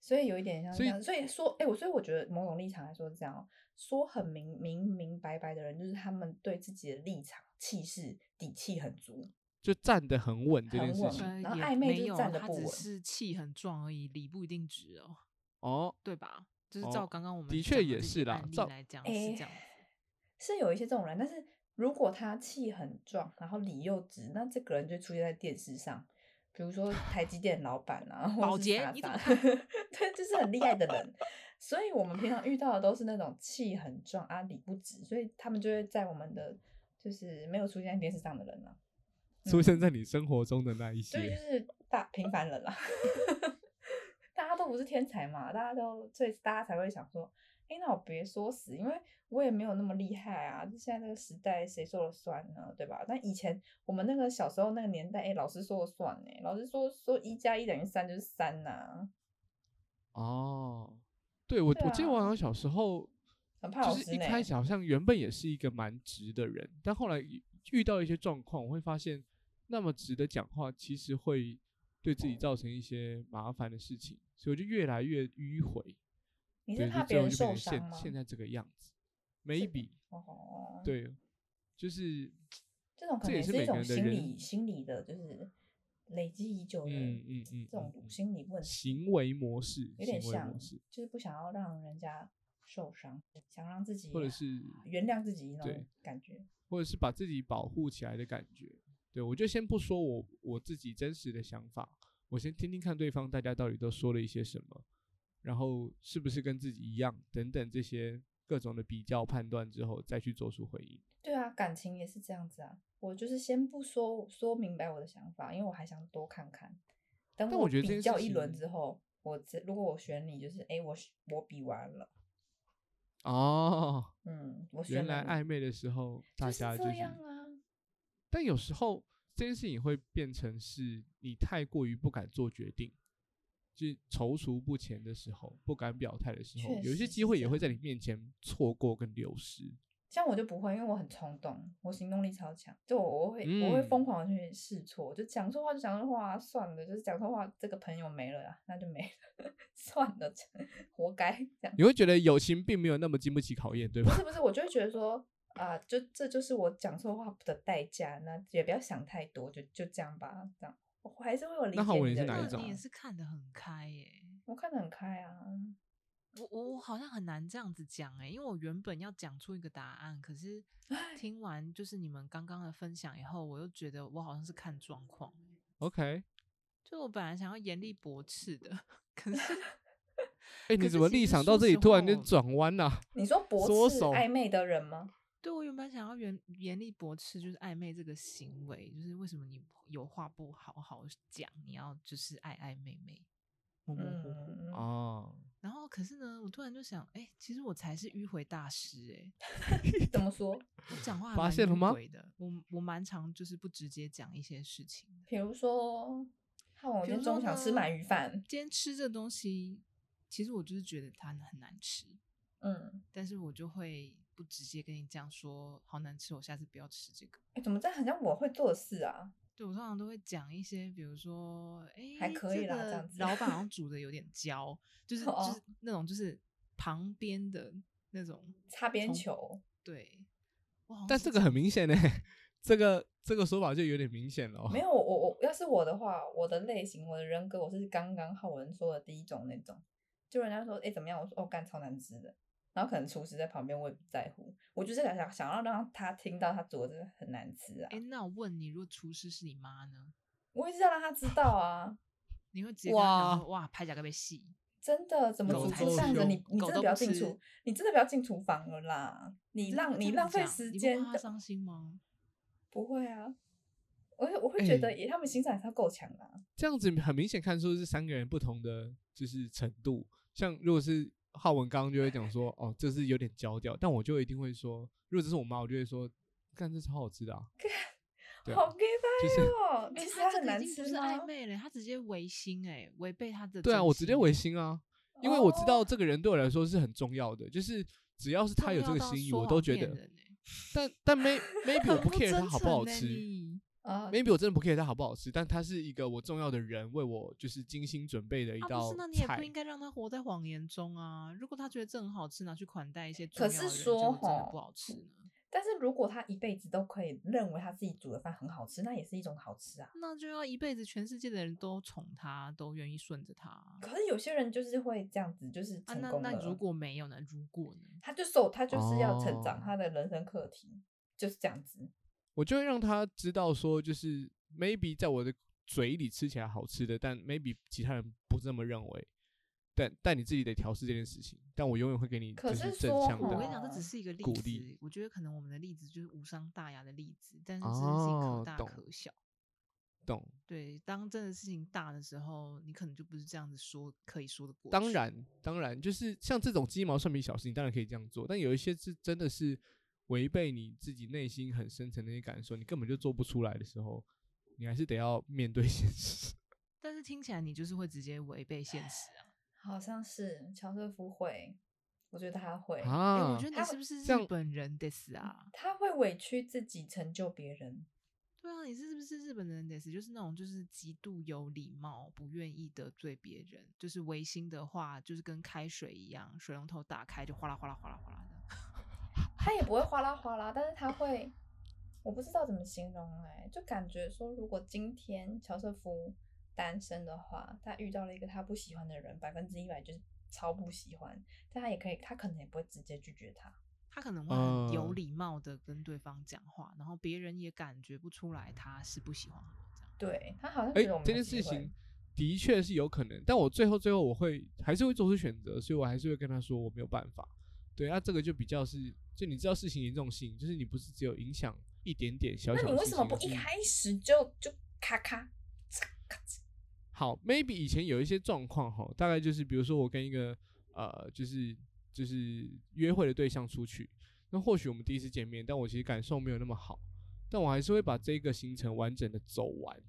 Speaker 3: 所以有一点像
Speaker 1: 所
Speaker 3: 这
Speaker 1: 以
Speaker 3: 样，所以说，哎、我所以我觉得某种立场来说是这样哦，说很明明明白白的人，就是他们对自己的立场、气势、底气很足。
Speaker 1: 就站得很稳这
Speaker 3: 很
Speaker 1: 件事
Speaker 3: 稳
Speaker 1: 情
Speaker 3: 嗯
Speaker 2: 呃
Speaker 3: 然后
Speaker 2: 也
Speaker 3: 暧昧
Speaker 2: 没
Speaker 3: 就是
Speaker 2: 有，
Speaker 3: 站得
Speaker 2: 他
Speaker 3: 不
Speaker 2: 只
Speaker 3: 稳
Speaker 2: 是气很壮而已，理不一定直哦，
Speaker 1: 哦，
Speaker 2: 对吧？就是
Speaker 1: 哦
Speaker 2: 照刚刚我们
Speaker 1: 的
Speaker 2: 讲
Speaker 1: 确
Speaker 2: 的
Speaker 1: 也
Speaker 2: 这些
Speaker 1: 是啦
Speaker 2: 案例
Speaker 1: 照
Speaker 2: 来讲
Speaker 3: 诶
Speaker 2: 哦是这样子，
Speaker 3: 是有一些这种人，但是如果他气很壮，然后理又直，那这个人就出现在电视上，比如说台积电老板啊，或
Speaker 2: 保
Speaker 3: 是
Speaker 2: 洁
Speaker 3: 傻
Speaker 2: 你怎
Speaker 3: 傻
Speaker 2: 么
Speaker 3: 对，就是很厉害的人。所以我们平常遇到的都是那种气很壮啊，理不直，所以他们就会在我们的就是没有出现在电视上的人啊，
Speaker 1: 出现在你生活中的那一
Speaker 3: 所以就
Speaker 1: 些，
Speaker 3: 是大平凡人啦。 大家都不是天才嘛，大家都所以大家才会想说，哎、那我别说死，因为我也没有那么厉害啊。就现在这个时代，谁说了算呢？对吧？但以前我们那个小时候那个年代，哎、老师说了算呢、老师说说一加一等于三就是三呐、
Speaker 1: 哦，对我
Speaker 3: 对
Speaker 1: 我记得我好像
Speaker 3: 啊
Speaker 1: 小时候
Speaker 3: 很怕老
Speaker 1: 就
Speaker 3: 师
Speaker 1: 是一
Speaker 3: 呢、
Speaker 1: 开始好像原本也是一个蛮直的人，但后来遇遇到一些状况，我会发现那么直的讲话其实会对自己造成一些麻烦的事情，所以我就越来越迂回。
Speaker 3: 你是
Speaker 1: 对，
Speaker 3: 怕
Speaker 1: 就
Speaker 3: 别
Speaker 1: 最后就变
Speaker 3: 人受
Speaker 1: 成
Speaker 3: 伤
Speaker 1: 现
Speaker 3: 吗？
Speaker 1: 现在这个样子，maybe
Speaker 3: 哦，，
Speaker 1: 对，就是
Speaker 3: 这种可
Speaker 1: 这
Speaker 3: 能
Speaker 1: 也
Speaker 3: 也
Speaker 1: 是
Speaker 3: 是一
Speaker 1: 每个
Speaker 3: 种
Speaker 1: 人的
Speaker 3: 心
Speaker 1: 人
Speaker 3: 理心理的，就是累积已久的
Speaker 1: 嗯嗯嗯
Speaker 3: 这种
Speaker 1: 嗯嗯
Speaker 3: 心理问题。
Speaker 1: 行为模式，
Speaker 3: 有点
Speaker 1: 行为
Speaker 3: 像
Speaker 1: 模式，，
Speaker 3: 就是不想要让人家受伤，想让自己
Speaker 1: 或者是
Speaker 3: 原谅自己那
Speaker 1: 对
Speaker 3: 种感觉。
Speaker 1: 或者是把自己保护起来的感觉。对我就先不说我我自己真实的想法，我先听听看对方大家到底都说了一些什么，然后是不是跟自己一样等等这些各种的比较判断之后再去做出回应。
Speaker 3: 对啊，感情也是这样子啊。我就是先不说说明白我的想法，因为我还想多看看。
Speaker 1: 但
Speaker 3: 等
Speaker 1: 我觉得这
Speaker 3: 比
Speaker 1: 件
Speaker 3: 较
Speaker 1: 事
Speaker 3: 一轮
Speaker 1: 情
Speaker 3: 之后，我这如果我选你，就是哎、诶我选我比完了，
Speaker 1: 哦，
Speaker 3: 嗯，我选
Speaker 1: 原来
Speaker 3: 了你
Speaker 1: 暧昧的时候大
Speaker 3: 就是
Speaker 1: 家就
Speaker 3: 这
Speaker 1: 是，
Speaker 3: 样啊。
Speaker 1: 但有时候这件事情会变成是你太过于不敢做决定。就是踌躇不前的时候，不敢表态的时候
Speaker 3: 确，
Speaker 1: 有一些
Speaker 3: 实
Speaker 1: 机
Speaker 3: 是
Speaker 1: 会
Speaker 3: 这
Speaker 1: 也会
Speaker 3: 样啊
Speaker 1: 在你面前错过跟流失。
Speaker 3: 像我就不会，因为我很冲动，我行动力超强，就我我会、我会疯
Speaker 1: 嗯
Speaker 3: 狂的去试错，就讲错话就讲错话、啊，算了，就是讲错话，这个朋友没了啦，啊那就没了， 算了，活该这样。
Speaker 1: 你会觉得友情并没有那么经不起考验，对
Speaker 3: 不
Speaker 1: 吧？
Speaker 3: 是不是，我就会觉得说啊、就这就是我讲错话的代价，那也不要想太多，就就这样吧，这样我还是会有理
Speaker 1: 那浩
Speaker 3: 解
Speaker 1: 文
Speaker 3: 你
Speaker 1: 你
Speaker 3: 的
Speaker 1: 是哪一
Speaker 3: 人
Speaker 2: 那
Speaker 1: 种
Speaker 2: 你
Speaker 3: 啊
Speaker 2: 也是看得很开耶、
Speaker 3: 我看得很开啊，
Speaker 2: 我我我好像很难这样子讲哎、因为我原本要讲出一个答案，可是
Speaker 3: 唉
Speaker 2: 听完就是你们刚刚的分享以后，我又觉得我好像是看状况、
Speaker 1: OK，哎
Speaker 2: 就我本来想要严厉驳斥的，可 是
Speaker 1: 哎、
Speaker 2: 可
Speaker 1: 你
Speaker 2: 是
Speaker 1: 怎么
Speaker 2: 其
Speaker 1: 立
Speaker 2: 实
Speaker 1: 场
Speaker 2: 说
Speaker 1: 到这里
Speaker 2: 实
Speaker 1: 突然
Speaker 2: 话
Speaker 1: 间
Speaker 2: 我
Speaker 1: 转弯了？
Speaker 3: 你说驳
Speaker 1: 缩
Speaker 3: 斥
Speaker 1: 手
Speaker 3: 暧昧的人吗？
Speaker 2: 对我原本想要严严厉驳斥，就是暧昧这个行为，就是为什么你有话不好好讲，你要就是爱爱妹妹，模模糊糊。
Speaker 3: 嗯，
Speaker 1: 哦，
Speaker 2: 然后可是呢，我突然就想，哎、其实我才是迂回大师哎、
Speaker 3: 嗯怎么说？
Speaker 2: 我讲话还
Speaker 1: 发
Speaker 2: 蛮
Speaker 1: 现了
Speaker 2: 迂
Speaker 1: 吗
Speaker 2: 回的，我我蛮常就是不直接讲一些事情，
Speaker 3: 比如说，看我
Speaker 2: 比
Speaker 3: 今天
Speaker 2: 如
Speaker 3: 中
Speaker 2: 说
Speaker 3: 午想吃
Speaker 2: 呢
Speaker 3: 鳗鱼饭，
Speaker 2: 今天吃这东西，其实我就是觉得它很难吃，
Speaker 3: 嗯。
Speaker 2: 但是我就会不直接跟你讲说好难吃，我下次不要吃这个。
Speaker 3: 哎、怎么这很像我会做的事啊？
Speaker 2: 对我通常都会讲一些，比如说，哎、
Speaker 3: 还可以啦这
Speaker 2: 这
Speaker 3: 样
Speaker 2: 个
Speaker 3: 子
Speaker 2: 老板好像煮的有点焦， 就是
Speaker 3: 哦
Speaker 2: 就是那种就是旁边的那种，
Speaker 3: 擦边
Speaker 2: 从
Speaker 3: 球，
Speaker 2: 对。我好像
Speaker 1: 但
Speaker 2: 是
Speaker 1: 这个
Speaker 2: 样
Speaker 1: 很明显呢、这个这个说法就有点明显了哦。
Speaker 3: 没有我我要是我的话，我的类型，我的人格，我是刚刚浩文说的第一种那种，就人家说哎、诶怎么样，我说哦干超难吃的，然后可能厨师在旁边，我也不在乎，我就是想想想要让他听到他做的真的很难吃啊，
Speaker 2: 哎、那我问你，如果厨师是你妈呢？
Speaker 3: 我一直要让他知道啊，
Speaker 2: 你会直接跟她讲说哇，拍甲个被戏，
Speaker 3: 真的怎么
Speaker 1: 狗
Speaker 3: 煮
Speaker 1: 才
Speaker 3: 出这样子，
Speaker 1: 吃
Speaker 3: 你你
Speaker 2: 狗
Speaker 3: 真的
Speaker 2: 都
Speaker 3: 不要
Speaker 2: 不
Speaker 3: 进
Speaker 2: 吃
Speaker 3: 厨，你真的不要进厨房了啦，你
Speaker 2: 真的会这
Speaker 3: 浪你
Speaker 2: 样
Speaker 3: 浪
Speaker 2: 子
Speaker 3: 费
Speaker 2: 讲
Speaker 3: 时
Speaker 2: 你不
Speaker 3: 间
Speaker 2: 怕她
Speaker 3: 的，
Speaker 2: 伤心吗？
Speaker 3: 不会啊，我会我会觉得
Speaker 1: 哎
Speaker 3: 也他们欣赏也是要够强啊。
Speaker 1: 这样子很明显看出是三个人不同的就是程度。像如果是浩文刚刚就会讲说，哦，这是有点焦掉，但我就一定会说，如果这是我妈，我就会说，干这超好吃的、啊，对啊
Speaker 3: 好 gay
Speaker 1: 就是
Speaker 3: 掰哦！
Speaker 2: 没
Speaker 3: 其
Speaker 2: 有
Speaker 3: 实
Speaker 2: 他
Speaker 3: 它
Speaker 2: 这
Speaker 3: 很
Speaker 2: 个
Speaker 3: 难
Speaker 2: 已经
Speaker 3: 吃啊
Speaker 2: 不是暧
Speaker 3: 吗？
Speaker 2: 昧了，他直接违心哎、违背他的
Speaker 1: 对啊，
Speaker 2: 真
Speaker 1: 我直接
Speaker 2: 心
Speaker 1: 违心啊， 因为我知道
Speaker 3: 哦
Speaker 1: 这个人对我来说是很重要的，就是只要是他
Speaker 2: 重
Speaker 1: 有
Speaker 2: 要
Speaker 1: 这个
Speaker 2: 到
Speaker 1: 心意，
Speaker 2: 说
Speaker 1: 我
Speaker 2: 谎
Speaker 1: 都觉
Speaker 2: 骗
Speaker 1: 得。
Speaker 2: 人欸
Speaker 1: 但但 may maybe 我不 care
Speaker 2: 真
Speaker 1: 它好不好
Speaker 2: 诚欸
Speaker 1: 吃
Speaker 2: 你
Speaker 3: 啊，
Speaker 1: ，maybe 我真的不 care 它好不好吃，但它是一个我重要的人为我就是精心准备的一
Speaker 2: 啊，不
Speaker 1: 道
Speaker 2: 是，那你也
Speaker 1: 菜
Speaker 2: 不。应该让他活在谎言中啊！如果他觉得这很好吃，拿去款待一些重
Speaker 3: 可
Speaker 2: 要的
Speaker 3: 是
Speaker 2: 人，结
Speaker 3: 说
Speaker 2: 果真的
Speaker 3: 吼
Speaker 2: 不好吃呢，
Speaker 3: 但是如果他一辈子都可以认为他自己煮的饭很好吃，那也是一种好吃啊。
Speaker 2: 那就要一辈子全世界的人都宠他，都愿意顺着他啊。
Speaker 3: 可是有些人就是会这样子，就是成
Speaker 2: 那
Speaker 3: 功了。
Speaker 2: 那如果没有呢？如果呢？
Speaker 3: 他就受，他就是要成
Speaker 1: 哦
Speaker 3: 长他的人生课题，就是这样子。
Speaker 1: 我就会让他知道说，就是 maybe 在我的嘴里吃起来好吃的，但 maybe 其他人不这么认为。但但你自己得调试这件事情，但我永远会给你
Speaker 3: 可
Speaker 1: 就是正
Speaker 3: 说
Speaker 1: 向
Speaker 3: 吼
Speaker 2: 我跟
Speaker 1: 的
Speaker 2: 你讲，这只是一个例
Speaker 1: 啊鼓
Speaker 2: 子
Speaker 1: 励。
Speaker 2: 我觉得可能我们的例子就是无伤大雅的例子，但是这件事情
Speaker 1: 哦
Speaker 2: 可大
Speaker 1: 懂
Speaker 2: 可小。
Speaker 1: 懂。
Speaker 2: 对，当真的事情大的时候，你可能就不是这样子说可以说的过去。
Speaker 1: 当，然，当然，就是像这种鸡毛蒜皮小事，你当然可以这样做，但有一些是真的是违背你自己内心很深层的一些感受，你根本就做不出来的时候，你还是得要面对现实。
Speaker 2: 但是听起来你就是会直接违背现实啊！
Speaker 3: 好像是乔瑟夫会，我觉得他会，
Speaker 2: 哎、
Speaker 1: 啊
Speaker 2: 我觉得你
Speaker 3: 他
Speaker 2: 是
Speaker 3: 会
Speaker 2: 不是
Speaker 1: 这
Speaker 2: 日
Speaker 1: 样
Speaker 2: 本人得死啊？
Speaker 3: 他会委屈自己成就别人。
Speaker 2: 对啊，你是不是日本人得死？就是那种就是极度有礼貌，不愿意得罪别人，就是违心的话，就是跟开水一样，水龙头打开就哗啦哗啦哗啦哗啦的。
Speaker 3: 他也不会哗啦哗啦，但是他会，我不知道怎么形容哎、就感觉说，如果今天乔瑟夫单身的话，他遇到了一个他不喜欢的人，百分之一百就是超不喜欢，但他也可以，他可能也不会直接拒绝他。
Speaker 2: 他可能会很有
Speaker 1: 嗯
Speaker 2: 礼貌的跟对方讲话，然后别人也感觉不出来他是不喜欢我这样。
Speaker 3: 对他好像
Speaker 1: 哎、
Speaker 3: 觉得我们
Speaker 1: 这件
Speaker 3: 有机
Speaker 1: 事
Speaker 3: 会
Speaker 1: 情的确是有可能，但我最后最后我会还是会做出选择，所以我还是会跟他说我没有办法。对，啊那、这个就比较是，就你知道事情严重性，就是你不是只有影响一点点小小的
Speaker 3: 那你为
Speaker 1: 事
Speaker 3: 什么
Speaker 1: 情
Speaker 3: 不
Speaker 1: 而
Speaker 3: 一
Speaker 1: 是
Speaker 3: 开始就就咔咔？
Speaker 1: 好，maybe 以前有一些状况哈，大概就是比如说我跟一个呃，就是就是约会的对象出去，那或许我们第一次见面，但我其实感受没有那么好，但我还是会把这个行程完整的走完，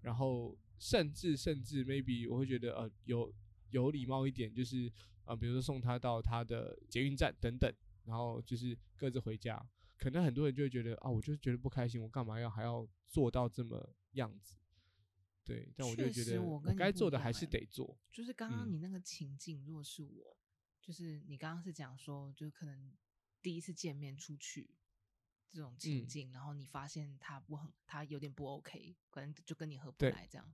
Speaker 1: 然后甚至甚至 maybe 我会觉得呃有有礼貌一点，就是啊、呃比如说送他到他的捷运站等等，然后就是各自回家。可能很多人就会觉得啊，我就觉得不开心，我干嘛要还要做到这么样子？对，但我就
Speaker 2: 确
Speaker 1: 觉
Speaker 2: 实
Speaker 1: 得
Speaker 2: 我
Speaker 1: 我
Speaker 2: 跟你
Speaker 1: 该
Speaker 2: 不
Speaker 1: 做
Speaker 2: 一
Speaker 1: 的
Speaker 2: 样
Speaker 1: 还是
Speaker 2: 欸
Speaker 1: 得做。
Speaker 2: 就是刚刚
Speaker 1: 嗯
Speaker 2: 你那个情境，如果是我，就是你刚刚是讲说，就可能第一次见面出去这种情
Speaker 1: 嗯
Speaker 2: 境，然后你发现他不很，他有点不 OK，可能就跟你合不
Speaker 1: 对
Speaker 2: 来这样。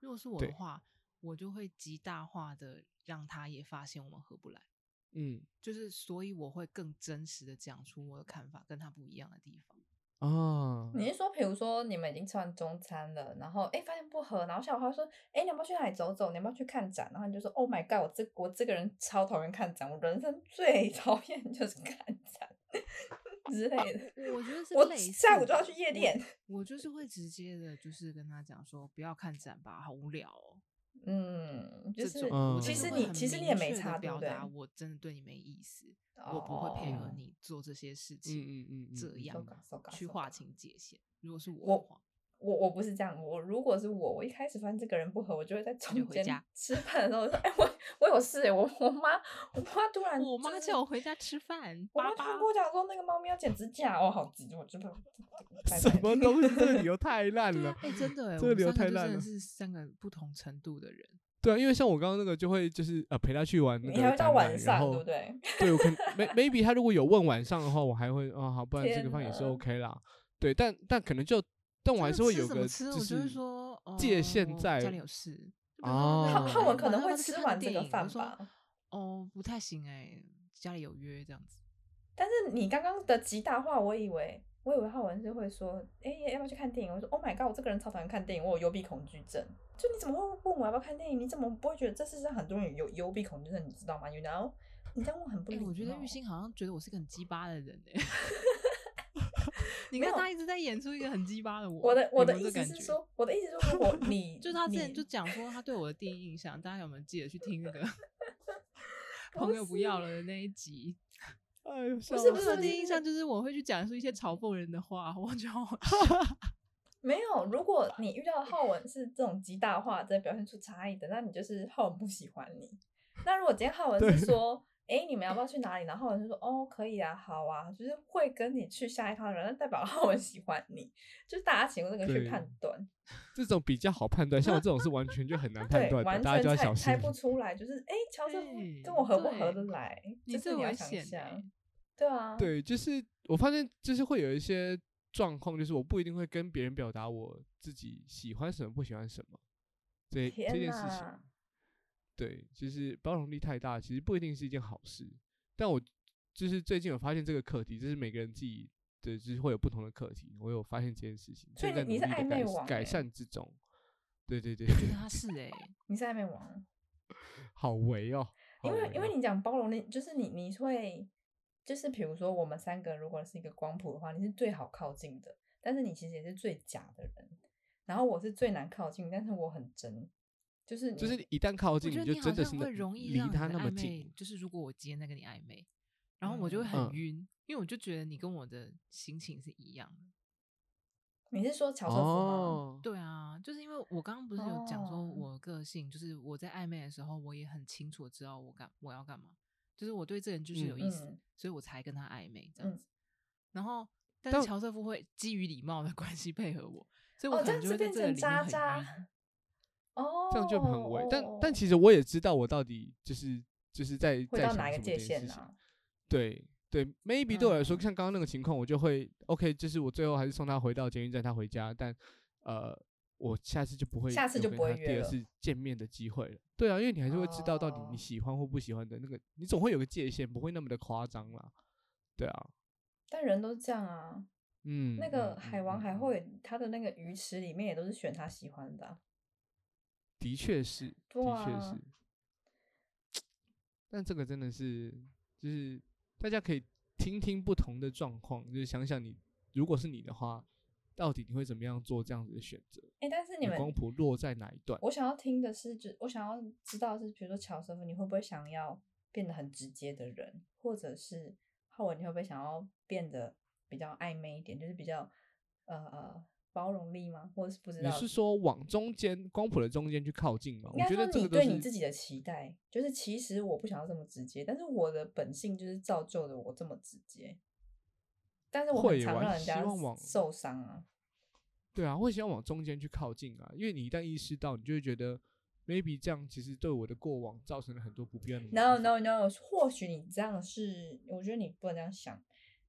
Speaker 2: 如果是我的
Speaker 1: 对
Speaker 2: 话，我就会极大化的让他也发现我们合不来，
Speaker 1: 嗯
Speaker 2: 就是所以我会更真实的讲出我的看法，跟他不一样的地方。
Speaker 1: 啊，
Speaker 2: 嗯
Speaker 3: 你是说，比如说你们已经吃完中餐了，然后哎发现不合，然后下午他说，哎你要不要去哪里走走？你要不要去看展？然后你就说，Oh my god，我这我这个人超讨厌看展，我人生最 讨厌就是看展之类的。
Speaker 2: 哦我觉得是
Speaker 3: 我
Speaker 2: 类似
Speaker 3: 下午就要
Speaker 2: 的
Speaker 3: 去夜
Speaker 2: 我
Speaker 3: 店。
Speaker 2: 我就是会直接的，就是跟他讲说，不要看展吧，好无聊哦。
Speaker 3: 嗯，就
Speaker 2: 这
Speaker 3: 是
Speaker 2: 种，
Speaker 1: 嗯
Speaker 2: 我
Speaker 3: 其
Speaker 2: 就是
Speaker 3: 实
Speaker 2: 会
Speaker 3: 你
Speaker 2: 很
Speaker 3: 其实你
Speaker 2: 明
Speaker 3: 也没
Speaker 2: 确地
Speaker 3: 差，对
Speaker 2: 表
Speaker 3: 不对？哦
Speaker 2: 达我真的对你没意思，我不会配合你做这些事
Speaker 1: 哦嗯
Speaker 2: 情，
Speaker 1: 嗯嗯，嗯
Speaker 2: 这
Speaker 1: 嗯
Speaker 2: 样
Speaker 3: 嘎搜嘎
Speaker 2: 去
Speaker 3: 搜
Speaker 2: 划
Speaker 3: 嘎
Speaker 2: 清界限。如果是我
Speaker 3: 我
Speaker 2: 的话，
Speaker 3: 我我不是这样，我如果是我，我一开始发现这个人不合，我就会在
Speaker 2: 就
Speaker 3: 中
Speaker 2: 回
Speaker 3: 间
Speaker 2: 家
Speaker 3: 吃饭的时候说，哎、我我有事哎、我我妈我妈突然、
Speaker 2: 我妈
Speaker 3: 就是
Speaker 2: 叫我回家吃饭，
Speaker 3: 我
Speaker 2: 爸
Speaker 3: 妈突
Speaker 2: 爸
Speaker 3: 然跟我讲说那个猫咪要剪指甲，哦，好急，我真的拜
Speaker 1: 什
Speaker 3: 拜
Speaker 1: 么东西？这个理由太烂
Speaker 2: 对
Speaker 1: 了
Speaker 2: 啊，。哎，真的哎，
Speaker 1: 这
Speaker 2: 我
Speaker 1: 个
Speaker 2: 们
Speaker 1: 理由
Speaker 2: 三个
Speaker 1: 太
Speaker 2: 就
Speaker 1: 烂
Speaker 2: 真的
Speaker 1: 了
Speaker 2: 是三个不同程度的人。
Speaker 1: 对啊，因为像我刚刚那个就会就是呃陪他去玩那
Speaker 3: 你
Speaker 1: 个
Speaker 3: 还会到
Speaker 1: 展览，
Speaker 3: 晚
Speaker 1: 然
Speaker 3: 上，对
Speaker 1: 后
Speaker 3: 不对？
Speaker 1: 对我可能 may- maybe 他如果有问晚上的话，我还会啊好，不然这
Speaker 3: 天
Speaker 1: 个饭也是
Speaker 3: 哪
Speaker 1: OK 啦。对，但但可能就但我还
Speaker 2: 真
Speaker 1: 是
Speaker 2: 的
Speaker 1: 会
Speaker 2: 吃
Speaker 1: 有
Speaker 2: 什么
Speaker 1: 个
Speaker 2: 吃，
Speaker 1: 就
Speaker 2: 我就是会说
Speaker 1: 界
Speaker 2: 哦
Speaker 1: 限
Speaker 2: 我
Speaker 1: 在
Speaker 2: 家里有事。就比如
Speaker 1: 哦
Speaker 2: 说
Speaker 3: 浩
Speaker 2: 哎
Speaker 3: 浩文可
Speaker 2: 晚
Speaker 3: 能
Speaker 2: 上
Speaker 3: 会
Speaker 2: 要不要去
Speaker 3: 吃
Speaker 2: 看
Speaker 3: 完
Speaker 2: 电
Speaker 3: 这个
Speaker 2: 影我
Speaker 3: 饭
Speaker 2: 说
Speaker 3: 吧。
Speaker 2: 哦，不太行哎，家里有约这样子。
Speaker 3: 但是你刚刚的极大化，我以为我以为浩文是会说，哎、要不要去看电影？我说 Oh my god，我这个人超讨厌看电影，我有幽闭恐惧症。就你怎么会问我要不要看电影？你怎么不会觉得这世上很多人有幽闭恐惧症？你知道吗？You know，你这样问很不
Speaker 2: 哎、
Speaker 3: 礼 貌。
Speaker 2: 我觉得玉兴好像觉得我是个很鸡巴的人哎、欸你
Speaker 3: 没
Speaker 2: 看
Speaker 3: 有
Speaker 2: 他一直在演出一个很鸡巴的我。
Speaker 3: 我的我
Speaker 2: 有没有
Speaker 3: 的意
Speaker 2: 这
Speaker 3: 思
Speaker 2: 感
Speaker 3: 是
Speaker 2: 觉
Speaker 3: 说，我的意思是说， 如果你
Speaker 2: 就是他之前
Speaker 3: 你
Speaker 2: 就讲说他对我的第一印象，大家有没有记得去听那 个
Speaker 3: 不
Speaker 2: 朋友不
Speaker 3: 是
Speaker 2: 要了的那一集？
Speaker 1: 哎呦，
Speaker 3: 不
Speaker 1: 不
Speaker 3: 是
Speaker 2: 我
Speaker 3: 不
Speaker 2: 的
Speaker 3: 是
Speaker 2: 第
Speaker 3: 就
Speaker 2: 一印
Speaker 3: 是
Speaker 2: 象就是我会去讲述一些嘲讽人的话，我觉得 好好
Speaker 3: 没有，如果你遇到浩文是这种极大化在表现出差异的，那你就是浩文不喜欢你。那如果今天浩文
Speaker 1: 对
Speaker 3: 是说， 哎，你们要不要去哪里？然后浩文就说，哦，可以啊，好啊，就是会跟你去下一趟的人，那代表浩文喜欢你，就是大家请用这个去
Speaker 1: 对
Speaker 3: 判断，
Speaker 1: 这种比较好判断，像我这种是完全就很 难判
Speaker 3: 对，
Speaker 1: 断的，
Speaker 3: 完
Speaker 1: 大家就要
Speaker 3: 全
Speaker 1: 小
Speaker 3: 猜
Speaker 1: 心
Speaker 3: 猜。不出来，就是哎，诶乔治
Speaker 2: 对
Speaker 3: 跟我合不合
Speaker 2: 对
Speaker 3: 得来，
Speaker 2: 你
Speaker 3: 这
Speaker 2: 最
Speaker 3: 是你要
Speaker 2: 危
Speaker 3: 想
Speaker 2: 险、
Speaker 3: 象
Speaker 2: 欸，，
Speaker 3: 对啊，，
Speaker 1: 对，就是我发现就是会有一些状况，就是我不一定会跟别人表达我自己喜欢什么、不喜欢什么这这
Speaker 3: 天
Speaker 1: 件事情。
Speaker 3: 呐，
Speaker 1: 对，就是包容力太大，其实不一定是一件好事。但我就是最近有发现这个课题，就是每个人自己的就是会有不同的课题，我有发现这件事情，
Speaker 3: 所以
Speaker 1: 正在
Speaker 3: 你
Speaker 1: 努力
Speaker 3: 你是
Speaker 1: 的
Speaker 3: 暧
Speaker 1: 改
Speaker 3: 昧王欸
Speaker 1: 改善之中。对对对
Speaker 2: 我觉得
Speaker 1: 对，
Speaker 2: 他是哎、
Speaker 3: 你是暧昧王。
Speaker 1: 好围哦，
Speaker 3: 因
Speaker 1: 好
Speaker 3: 为
Speaker 1: 围
Speaker 3: 因为
Speaker 1: 哦
Speaker 3: 你讲包容力，就是你你会，就是比如说我们三个如果是一个光谱的话，你是最好靠近的，但是你其实也是最假的人。然后我是最难靠近，但是我很真，就是你
Speaker 1: 就是一旦靠
Speaker 2: 我
Speaker 1: 近，
Speaker 2: 觉得
Speaker 1: 就
Speaker 2: 你好
Speaker 1: 真的
Speaker 2: 像
Speaker 1: 是
Speaker 2: 会
Speaker 1: 能
Speaker 2: 容易
Speaker 1: 离
Speaker 2: 让你
Speaker 1: 他
Speaker 2: 的
Speaker 1: 那么
Speaker 2: 暧昧
Speaker 1: 近。
Speaker 2: 就是如果我今天在跟你暧昧，然后我就会
Speaker 3: 嗯
Speaker 2: 很
Speaker 1: 嗯
Speaker 2: 晕，因为我就觉得你跟我的心情是一样的。
Speaker 3: 你是说乔瑟夫吗？
Speaker 1: 哦，
Speaker 2: 对啊，就是因为我刚刚不是有讲说
Speaker 3: 哦
Speaker 2: 我的个性，就是我在暧昧的时候，我也很清楚知道我干我要干嘛，就是我对这人就是有
Speaker 1: 嗯
Speaker 2: 意思，
Speaker 3: 嗯
Speaker 2: 所以我才跟他暧昧这样
Speaker 3: 嗯
Speaker 2: 子。然后，但
Speaker 1: 但
Speaker 2: 是乔瑟夫会基于礼貌的 关系配合我，所以我
Speaker 3: 哦，
Speaker 2: 可
Speaker 3: 这
Speaker 2: 能
Speaker 3: 样
Speaker 2: 就
Speaker 3: 子
Speaker 2: 会在
Speaker 3: 变
Speaker 2: 这个里
Speaker 3: 成
Speaker 2: 面
Speaker 3: 渣
Speaker 2: 很晕。
Speaker 3: 渣。哦，
Speaker 1: 这样就很围。但但
Speaker 3: 实
Speaker 1: 其实我也知道我到底就是就是在
Speaker 3: 哦会
Speaker 1: 在
Speaker 3: 到
Speaker 1: 想
Speaker 3: 哪一
Speaker 1: 什
Speaker 3: 个
Speaker 1: 么
Speaker 3: 界
Speaker 1: 这件
Speaker 3: 限啊嗯
Speaker 1: 事
Speaker 3: 呢、
Speaker 1: 情。对对，maybe 对我来说，像刚刚那个情况，我就会 OK，就是我最后还是送他回到监狱站，他回家，但呃，我下次就不会，
Speaker 3: 下次就不会约
Speaker 1: 第二
Speaker 3: 了
Speaker 1: 次见面的机会了。对啊，因为你还是会知道到底
Speaker 3: 哦
Speaker 1: 你喜欢或不喜欢的那个，你总会有个界限，不会那么的夸张啦。对啊，
Speaker 3: 但人都是这样啊。
Speaker 1: 嗯，
Speaker 3: 那个
Speaker 1: 嗯
Speaker 3: 海王
Speaker 1: 嗯嗯
Speaker 3: 海，
Speaker 1: 嗯
Speaker 3: 会他的那个鱼池里面也都是选他喜欢的啊、
Speaker 1: 的确是，
Speaker 3: 对
Speaker 1: 的确
Speaker 3: 啊
Speaker 1: 是。但这个真的是，就是大家可以听听不同的状况，就是想想你如果是你的话，到底你会怎么样做这样子的选择？
Speaker 3: 哎、但是你们
Speaker 1: 光谱落在哪一段？
Speaker 3: 我想要听的是，就我想要知道的是，比如说乔师傅，你会不会想要变得很直接的人，或者是浩文，你会不会想要变得比较暧昧一点，就是比较呃呃包容力吗？或者是不知
Speaker 1: 你
Speaker 3: 道？
Speaker 1: 是说往中间光谱的中间去靠近吗？
Speaker 3: 应
Speaker 1: 我
Speaker 3: 该
Speaker 1: 觉
Speaker 3: 说
Speaker 1: 得这
Speaker 3: 你
Speaker 1: 个都
Speaker 3: 对
Speaker 1: 是
Speaker 3: 你自己的期待，就是其实我不想要这么直接，但是我的本性就是造就的我这么直接，但是我
Speaker 1: 会
Speaker 3: 很
Speaker 1: 耶我
Speaker 3: 常让
Speaker 1: 还
Speaker 3: 人家
Speaker 1: 希望往
Speaker 3: 受伤啊。
Speaker 1: 对啊，会想往中间去靠近啊，因为你一旦意识到，你就会觉得 maybe 这样其实对我的过往造成了很多不必要的麻烦
Speaker 3: No no no，或许你这样是，我觉得你不能这样想，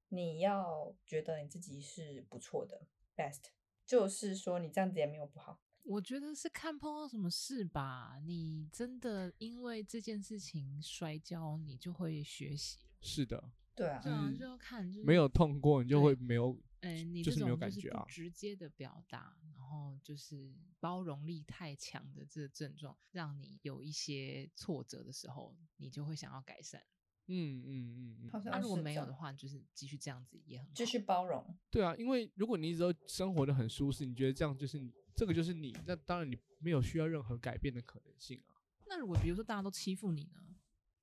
Speaker 3: 你要觉得你自己是不错的，best，就是说你这样子也没有不好。
Speaker 2: 我觉得是看碰到什么事吧。你真的因为这件事情摔跤，你就会学习了。
Speaker 1: 是的，
Speaker 3: 对啊
Speaker 2: 对，啊，
Speaker 1: 嗯
Speaker 2: 就要看，就是
Speaker 1: 没有痛过你就会
Speaker 2: 对
Speaker 1: 没有
Speaker 2: 哎，你
Speaker 1: 就
Speaker 2: 这
Speaker 1: 是没有
Speaker 2: 种
Speaker 1: 感
Speaker 2: 是
Speaker 1: 觉
Speaker 2: 不
Speaker 1: 啊
Speaker 2: 直接的表达，然后就是包容力太强的这个症状，让你有一些挫折的时候，你就会想要改善。
Speaker 1: 嗯嗯嗯
Speaker 3: 好
Speaker 1: 嗯，
Speaker 3: 像
Speaker 2: 啊，如果
Speaker 3: 是
Speaker 2: 没
Speaker 3: 这
Speaker 2: 有的
Speaker 3: 样
Speaker 2: 话，就是继续这样子也很好。
Speaker 3: 继续包容。
Speaker 1: 对啊，因为如果你一直都生活的很舒适，你觉得这样就是你，这个就是你，那当然你没有需要任何改变的可能性啊。
Speaker 2: 那如果比如说大家都欺负你呢，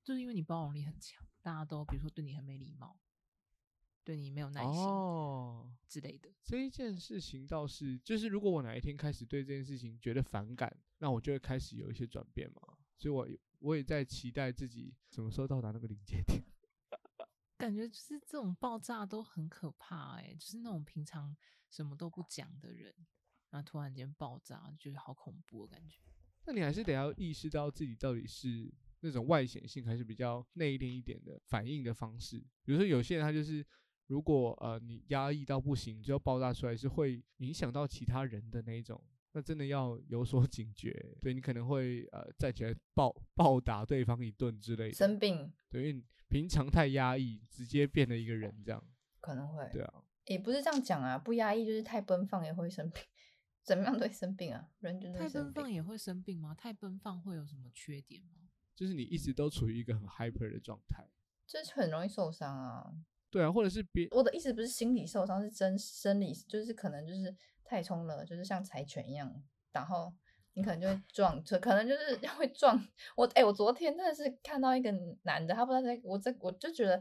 Speaker 2: 就是因为你包容力很强，大家都比如说对你很没礼貌，对你没有耐心
Speaker 1: 哦，
Speaker 2: 之类的。
Speaker 1: 这一件事情倒是，就是如果我哪一天开始对这件事情觉得反感，那我就会开始有一些转变嘛。所以我也我也在期待自己什么时候到达那个临界点。
Speaker 2: 感觉就是这种爆炸都很可怕哎、就是那种平常什么都不讲的人，然后突然间爆炸，觉得好恐怖的感觉。
Speaker 1: 那你还是得要意识到自己到底是那种外显性，还是比较内敛一点的反应的方式。比如说，有些人他就是，如果呃你压抑到不行，就要爆炸出来，是会影响到其他人的那一种。那真的要有所警觉，对你可能会呃站起来暴暴打对方一顿之类的。
Speaker 3: 生病
Speaker 1: 对，因为你平常太压抑，直接变了一个人这样。
Speaker 3: 可能会，
Speaker 1: 对啊，
Speaker 3: 也不是这样讲啊，不压抑就是太奔放也会生病， 怎么样都会生病啊，人真的
Speaker 2: 太
Speaker 3: 会生
Speaker 2: 奔放
Speaker 3: 病。
Speaker 2: 也会生病吗？太奔放会有什么缺点吗？
Speaker 1: 就是你一直都处于一个很 hyper 的状态。
Speaker 3: 就是很容易受伤啊，
Speaker 1: 对啊，或者是 别
Speaker 3: 我的意思不是心理受伤，是真生理，就是可能就是太冲了，就是像柴犬一样，然后你可能就会撞车，可能就是会撞我。哎、我昨天真的是看到一个男的，他不知道在，我在我就觉得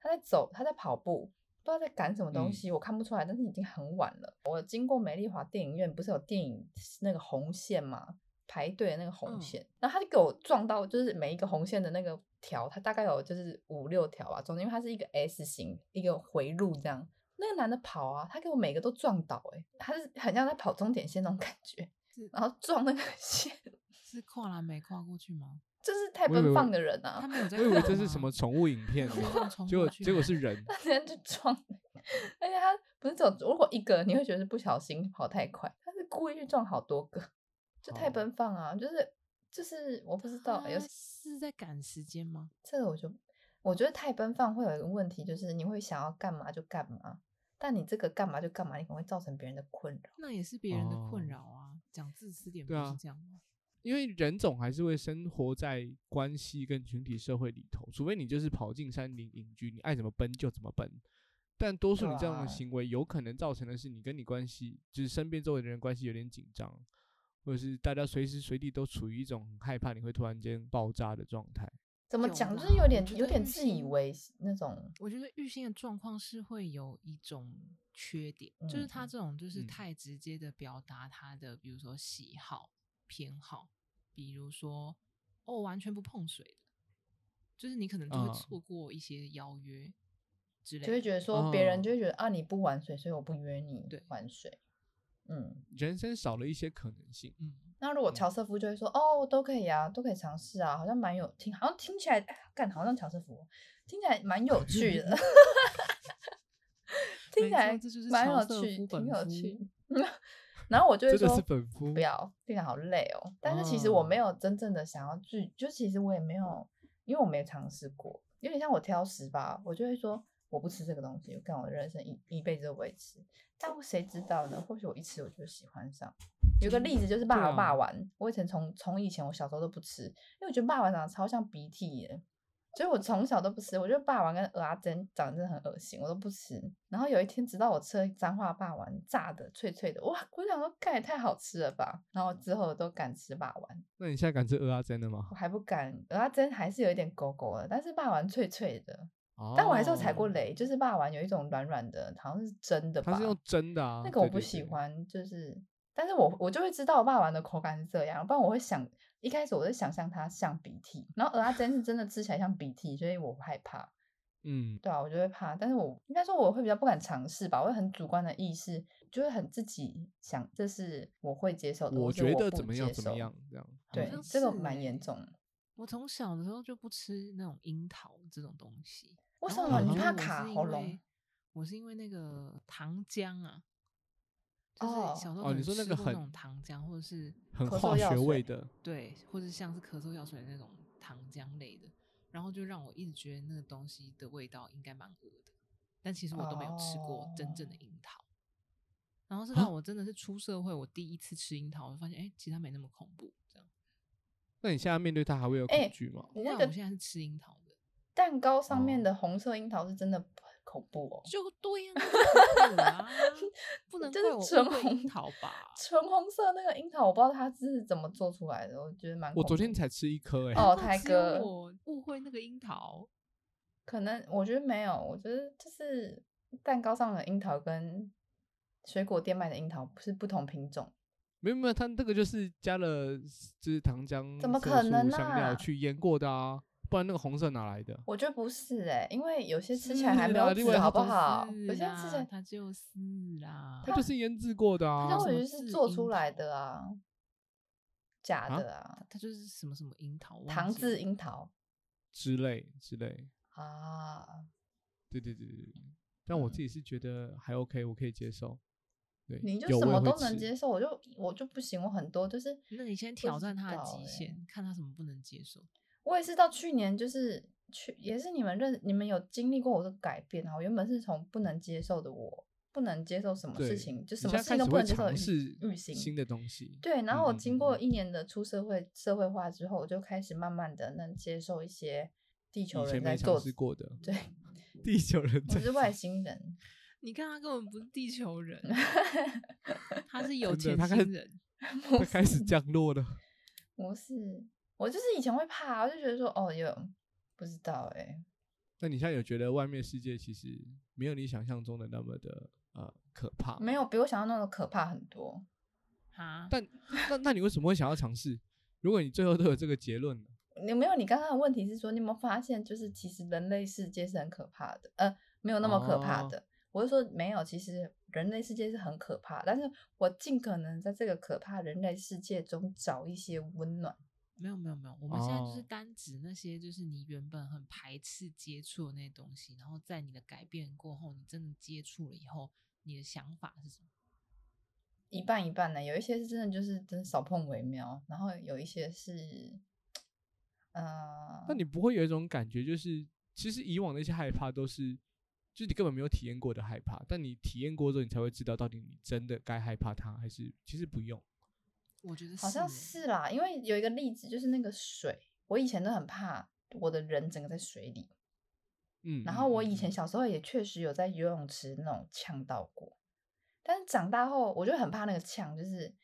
Speaker 3: 他在走，他在跑步，不知道在赶什么东
Speaker 1: 嗯
Speaker 3: 西，我看不出来，但是已经很晚了。我经过美丽华电影院，不是有电影那个红线吗？排队的那个红
Speaker 2: 嗯
Speaker 3: 线，然后他就给我撞到，就是每一个红线的那个条，它大概有就是五六条吧，总之因为它是一个 S 型，一个回路这样。那个男的跑啊，他给我每个都撞倒、欸，他是很像在跑终点线那种感觉
Speaker 2: 是，
Speaker 3: 然后撞那个 线，
Speaker 2: 是跨栏没跨过去吗？
Speaker 3: 就是太
Speaker 1: 我以为
Speaker 3: 奔放的人啊
Speaker 2: 他，没有在
Speaker 1: 哎我
Speaker 2: 跨
Speaker 1: 以
Speaker 2: 吗。
Speaker 1: 为这是什么宠物影片
Speaker 2: 他没有
Speaker 1: 呢，
Speaker 2: 这样冲
Speaker 1: 结
Speaker 2: 过
Speaker 1: 果
Speaker 2: 去
Speaker 1: 结果
Speaker 2: 吗
Speaker 1: 是人，
Speaker 3: 他人就撞，而且他不是走，如果一个你会觉得是不小心跑太快，他是故意去撞好多个，就太
Speaker 1: 哦
Speaker 3: 奔放啊，就是就是我不知道、欸，有
Speaker 2: 他啊是在赶时间吗？
Speaker 3: 这个我就我觉得太奔放会有一个问题，就是你会想要干嘛就干嘛，但你这个干嘛就干嘛，你可能会造成别人的困扰。
Speaker 2: 那也是别人的
Speaker 1: 哦
Speaker 2: 困扰啊。讲自私点不
Speaker 1: 对啊
Speaker 2: 是这样吗？
Speaker 1: 因为人总还是会生活在关系跟群体社会里头，除非你就是跑进山林隐居，你爱怎么奔就怎么奔。但多数你这样
Speaker 3: 对啊
Speaker 1: 的行为，有可能造成的是你跟你关系，就是身边周围的人关系有点紧张，或者是大家随时随地都处于一种很害怕你会突然间爆炸的状态。
Speaker 3: 怎么
Speaker 2: 有
Speaker 3: 讲，就
Speaker 2: 啦
Speaker 3: 是有
Speaker 2: 我
Speaker 3: 点
Speaker 2: 觉
Speaker 3: 有
Speaker 2: 得
Speaker 3: 点
Speaker 2: 日
Speaker 3: 自以
Speaker 2: 新
Speaker 3: 为是那种，
Speaker 2: 我觉得玉兴的状况是会有一种缺点，就是他
Speaker 3: 嗯
Speaker 2: 这种就是
Speaker 1: 嗯
Speaker 2: 太直接的表达他的，比如说喜好、偏好，比如说哦，完全不碰水的，就是你可能就会
Speaker 1: 啊
Speaker 2: 错过一些邀约之类的，
Speaker 3: 嗯就会觉得说别人
Speaker 1: 哦
Speaker 3: 就会觉得啊你不玩水，所以我不约你
Speaker 2: 嗯对
Speaker 3: 玩水。嗯，
Speaker 1: 人生少了一些可能性，
Speaker 2: 嗯，
Speaker 3: 那如果乔瑟夫就会说哦都可以啊，都可以尝试啊，好像蛮有听，好像听起来哎干好像乔瑟夫哦听起来蛮有 趣的，听
Speaker 2: 没
Speaker 3: 起
Speaker 2: 错
Speaker 3: 来
Speaker 2: 这就是
Speaker 3: 蛮
Speaker 2: 乔
Speaker 3: 有
Speaker 2: 瑟
Speaker 3: 趣，
Speaker 2: 夫
Speaker 3: 挺
Speaker 2: 本
Speaker 3: 有
Speaker 2: 夫
Speaker 3: 趣。 然后我就会
Speaker 1: 真的
Speaker 3: 说
Speaker 1: 是本夫
Speaker 3: 不。要，听起来好累哦。但是其实我没
Speaker 1: 哦
Speaker 3: 有真正的想要拒，就其实我也没有，因为我没有尝试过，有点像我挑食吧，我就会说我不吃这个东西，我干我的人生一一辈子都不会吃。但我谁知道呢？或许我一吃我就喜欢上。有个例子就是
Speaker 1: 对
Speaker 3: 霸
Speaker 1: 啊
Speaker 3: 霸丸，我以前从从以前我小时候都不吃，因为我觉得霸王长得超像鼻涕的，所以我从小都不吃。我觉得霸王跟鹅阿珍长得真的很恶心，我都不吃。然后有一天，直到我吃了彰化霸王炸的脆脆的，哇！我想说，看也太好吃了吧。然后之后我都敢吃霸王，
Speaker 1: 那你现在敢吃鹅阿珍的吗
Speaker 3: 我？还不敢。鹅阿珍还是有一点狗狗的，但是霸王脆脆的。
Speaker 1: 哦
Speaker 3: 但我还是有踩过。雷，就是霸王有一种软软的，好像是真的吧？
Speaker 1: 它是用蒸的啊，
Speaker 3: 那个我
Speaker 1: 对
Speaker 3: 不
Speaker 1: 对
Speaker 3: 喜
Speaker 1: 对。
Speaker 3: 欢，就是，但是我我就会知道霸王的口感是这样，不然我会想，一开始我在想象它像鼻涕，然后鹅阿珍是真的吃起来像鼻涕，所以我害怕，
Speaker 1: 嗯，
Speaker 3: 对啊，我就会怕，但是我应该说我会比较不敢尝试吧，我会很主观的意识，就会很自己想，这是我会接受的，
Speaker 1: 我
Speaker 3: 或是
Speaker 1: 觉
Speaker 3: 我
Speaker 1: 得
Speaker 3: 不
Speaker 1: 怎么样
Speaker 3: 接
Speaker 1: 怎么
Speaker 3: 受
Speaker 1: 样，这样。
Speaker 3: 对
Speaker 2: 像，
Speaker 3: 这个
Speaker 2: 是
Speaker 3: 蛮严
Speaker 2: 欸
Speaker 3: 重的。
Speaker 2: 我从小的时候就不吃那种樱桃这种东西，
Speaker 3: 为
Speaker 2: 然
Speaker 3: 什
Speaker 2: 后
Speaker 3: 么
Speaker 2: 我
Speaker 3: 你
Speaker 2: 觉得
Speaker 3: 怕
Speaker 2: 我
Speaker 3: 卡
Speaker 2: 是因
Speaker 3: 喉咙
Speaker 2: 为？我是因为那个糖浆啊，就是
Speaker 3: 哦
Speaker 2: 小时候
Speaker 1: 哦
Speaker 2: 可
Speaker 1: 你
Speaker 2: 能
Speaker 1: 说那
Speaker 2: 吃
Speaker 1: 个
Speaker 2: 过那
Speaker 1: 很
Speaker 2: 种糖浆，或者是
Speaker 1: 很
Speaker 3: 咳嗽
Speaker 1: 化
Speaker 3: 药
Speaker 1: 学
Speaker 3: 水
Speaker 1: 味的，
Speaker 2: 对，或者像是咳嗽药水那种糖浆类的，然后就让我一直觉得那个东西的味道应该蛮恶的，但其实我都没有吃过真
Speaker 3: 哦
Speaker 2: 正的樱桃。然后是
Speaker 1: 啊
Speaker 2: 到我真的是出社会，我第一次吃樱桃，我就发现哎、诶其实它没那么恐怖。这样，
Speaker 1: 那你现在面对它还会有
Speaker 3: 哎
Speaker 1: 恐惧吗？
Speaker 3: 你
Speaker 2: 不
Speaker 3: 那
Speaker 2: 然
Speaker 3: 个
Speaker 2: 我现在是吃樱桃的，
Speaker 3: 蛋糕上面
Speaker 1: 哦
Speaker 3: 的红色樱桃是真的很恐怖哦，
Speaker 2: 就对呀、 啊，不能
Speaker 3: 就是
Speaker 2: 怪我
Speaker 3: 纯
Speaker 2: 误会
Speaker 3: 红
Speaker 2: 樱桃吧？
Speaker 3: 纯红色那个樱桃，我不知道它是怎么做出来的，我觉得蛮恐怖。
Speaker 1: 我昨天才吃一颗哎、
Speaker 2: 难道
Speaker 3: 哦台
Speaker 2: 只有
Speaker 3: 哥
Speaker 2: 我误会那个樱桃，
Speaker 3: 可能我觉得没有，我觉得就是蛋糕上的樱桃跟水果店卖的樱桃不是不同品种，
Speaker 1: 没有没有，它那个就是加了就是糖浆、
Speaker 3: 怎么
Speaker 1: 色
Speaker 3: 可
Speaker 1: 素
Speaker 3: 能
Speaker 1: 香料
Speaker 3: 啊
Speaker 1: 去腌过的啊，不然那个红色哪来的？
Speaker 3: 我觉得不是哎、因为有些吃起来
Speaker 1: 是
Speaker 3: 还没
Speaker 1: 啦
Speaker 2: 啊
Speaker 3: 有
Speaker 1: 另
Speaker 3: 籽
Speaker 1: 外它
Speaker 3: 好不
Speaker 1: 不
Speaker 3: 好？
Speaker 2: 是啊
Speaker 3: 有些吃起
Speaker 2: 啦
Speaker 3: 来，
Speaker 2: 它就是啦，
Speaker 1: 它就是腌制过的
Speaker 2: 它
Speaker 1: 啊
Speaker 3: 但
Speaker 2: 叫
Speaker 3: 我
Speaker 2: 什
Speaker 3: 觉
Speaker 2: 么
Speaker 3: 得是
Speaker 2: 字
Speaker 3: 做
Speaker 2: 樱
Speaker 3: 出来
Speaker 2: 桃
Speaker 3: 的啊，假
Speaker 1: 啊
Speaker 3: 的啊，
Speaker 2: 它就是什么什么樱桃，忘
Speaker 3: 糖
Speaker 2: 记了
Speaker 3: 渍樱桃
Speaker 1: 之类之类。
Speaker 3: 啊，
Speaker 1: 对对对对对。但我
Speaker 3: 嗯
Speaker 1: 自己是觉得还 OK，我可以接受。对，
Speaker 3: 你就
Speaker 1: 有
Speaker 3: 什
Speaker 1: 我也
Speaker 3: 么
Speaker 1: 会
Speaker 3: 都能
Speaker 1: 吃
Speaker 3: 接受，我就我就不行，我很多就是
Speaker 2: 那你先
Speaker 3: 不
Speaker 2: 挑
Speaker 3: 知
Speaker 2: 战他的
Speaker 3: 道
Speaker 2: 极
Speaker 3: 欸
Speaker 2: 限，看他什么不能接受。
Speaker 3: 我也是到去年就是去，也是你们认你们有经历过我的改变啊。我原本是从不能接受的我，不能接受什么事
Speaker 1: 对
Speaker 3: 情，就
Speaker 1: 你
Speaker 3: 什么
Speaker 1: 现
Speaker 3: 事
Speaker 1: 在开
Speaker 3: 情都
Speaker 1: 始
Speaker 3: 不
Speaker 1: 会
Speaker 3: 能接受的
Speaker 1: 尝
Speaker 3: 欲
Speaker 1: 试
Speaker 3: 欲行
Speaker 1: 新的东西。
Speaker 3: 对，然后我
Speaker 1: 嗯嗯
Speaker 3: 经
Speaker 1: 嗯
Speaker 3: 过
Speaker 1: 嗯
Speaker 3: 一年的出社会社会化之后，我就开始慢慢的能接受一些地球
Speaker 1: 以前
Speaker 3: 人
Speaker 1: 没
Speaker 3: 在
Speaker 1: 尝
Speaker 3: 做
Speaker 1: 试过的，
Speaker 3: 对，
Speaker 1: 地球人
Speaker 3: 我
Speaker 1: 在
Speaker 3: 是外星人，
Speaker 2: 你看他根本不是地球 人，他是有
Speaker 1: 真的
Speaker 2: 钱
Speaker 1: 他开始
Speaker 2: 星人。
Speaker 1: 他开始降落了。
Speaker 3: 我是我就是以前会怕，我就觉得说哦有不知道哎、
Speaker 1: 那你现在有觉得外面世界其实没有你想象中的那么的呃可怕？
Speaker 3: 没。有比我想象中的可怕很多。
Speaker 2: 啊，
Speaker 1: 但那那你为什么会想要尝试？如果你最后都有这个结论呢，
Speaker 3: 你没有，你刚刚的问题是说，你有没有发现，就是其实人类世界是很可怕的，呃，没有那么可怕
Speaker 1: 哦
Speaker 3: 的。我是说没有，其实人类世界是很可怕，但是我尽可能在这个可怕人类世界中找一些温暖。
Speaker 2: 没有没有没有，我们现在就是
Speaker 1: 哦
Speaker 2: 单指那些就是你原本很排斥接触的那些东西，然后在你的改变过后，你真的接触了以后，你的想法是什么？
Speaker 3: 一半一半呢，有一些是真的就是真的少碰为妙，然后有一些是，呃，
Speaker 1: 那你不会有一种感觉，就是其实以往那些害怕都是，就是你根本没有体验过的害怕，但你体验过之后，你才会知道到底你真的该害怕它，还是其实不用。
Speaker 2: 我觉得
Speaker 3: 好像
Speaker 2: 欸
Speaker 3: 是啦，因为有一个例子就是那个水，我以前都很怕我的人整个在水里，
Speaker 1: 嗯，
Speaker 3: 然
Speaker 1: 嗯
Speaker 3: 后我
Speaker 1: 嗯
Speaker 3: 以前
Speaker 1: 嗯
Speaker 3: 小时候也确实有在游泳池那种呛到过，但是长大后我就很怕那个呛，就是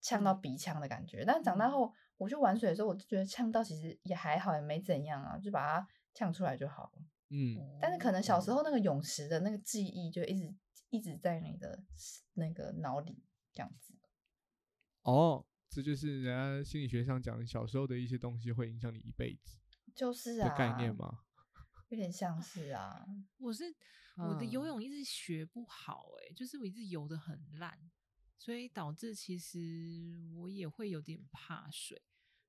Speaker 3: 呛
Speaker 1: 嗯
Speaker 3: 到鼻腔的感觉。但是长大
Speaker 2: 嗯
Speaker 3: 后我去玩水的时候，我就觉得呛到其实也还好，也没怎样啊，就把它呛出来就好了。
Speaker 1: 嗯，
Speaker 3: 但是可能小时
Speaker 2: 哦
Speaker 3: 候那个泳池的那个记忆就一直一直在你的那个脑里这样子。
Speaker 1: 哦，这就是人家心理学上讲，小时候的一些东西会影响你一辈子
Speaker 3: 就是
Speaker 1: 的
Speaker 3: 啊，
Speaker 1: 概念吗？
Speaker 3: 有点像是啊，
Speaker 2: 我是我的游
Speaker 3: 嗯
Speaker 2: 泳一直学不好、欸，就是我一直游的很烂，所以导致其实我也会有点怕水。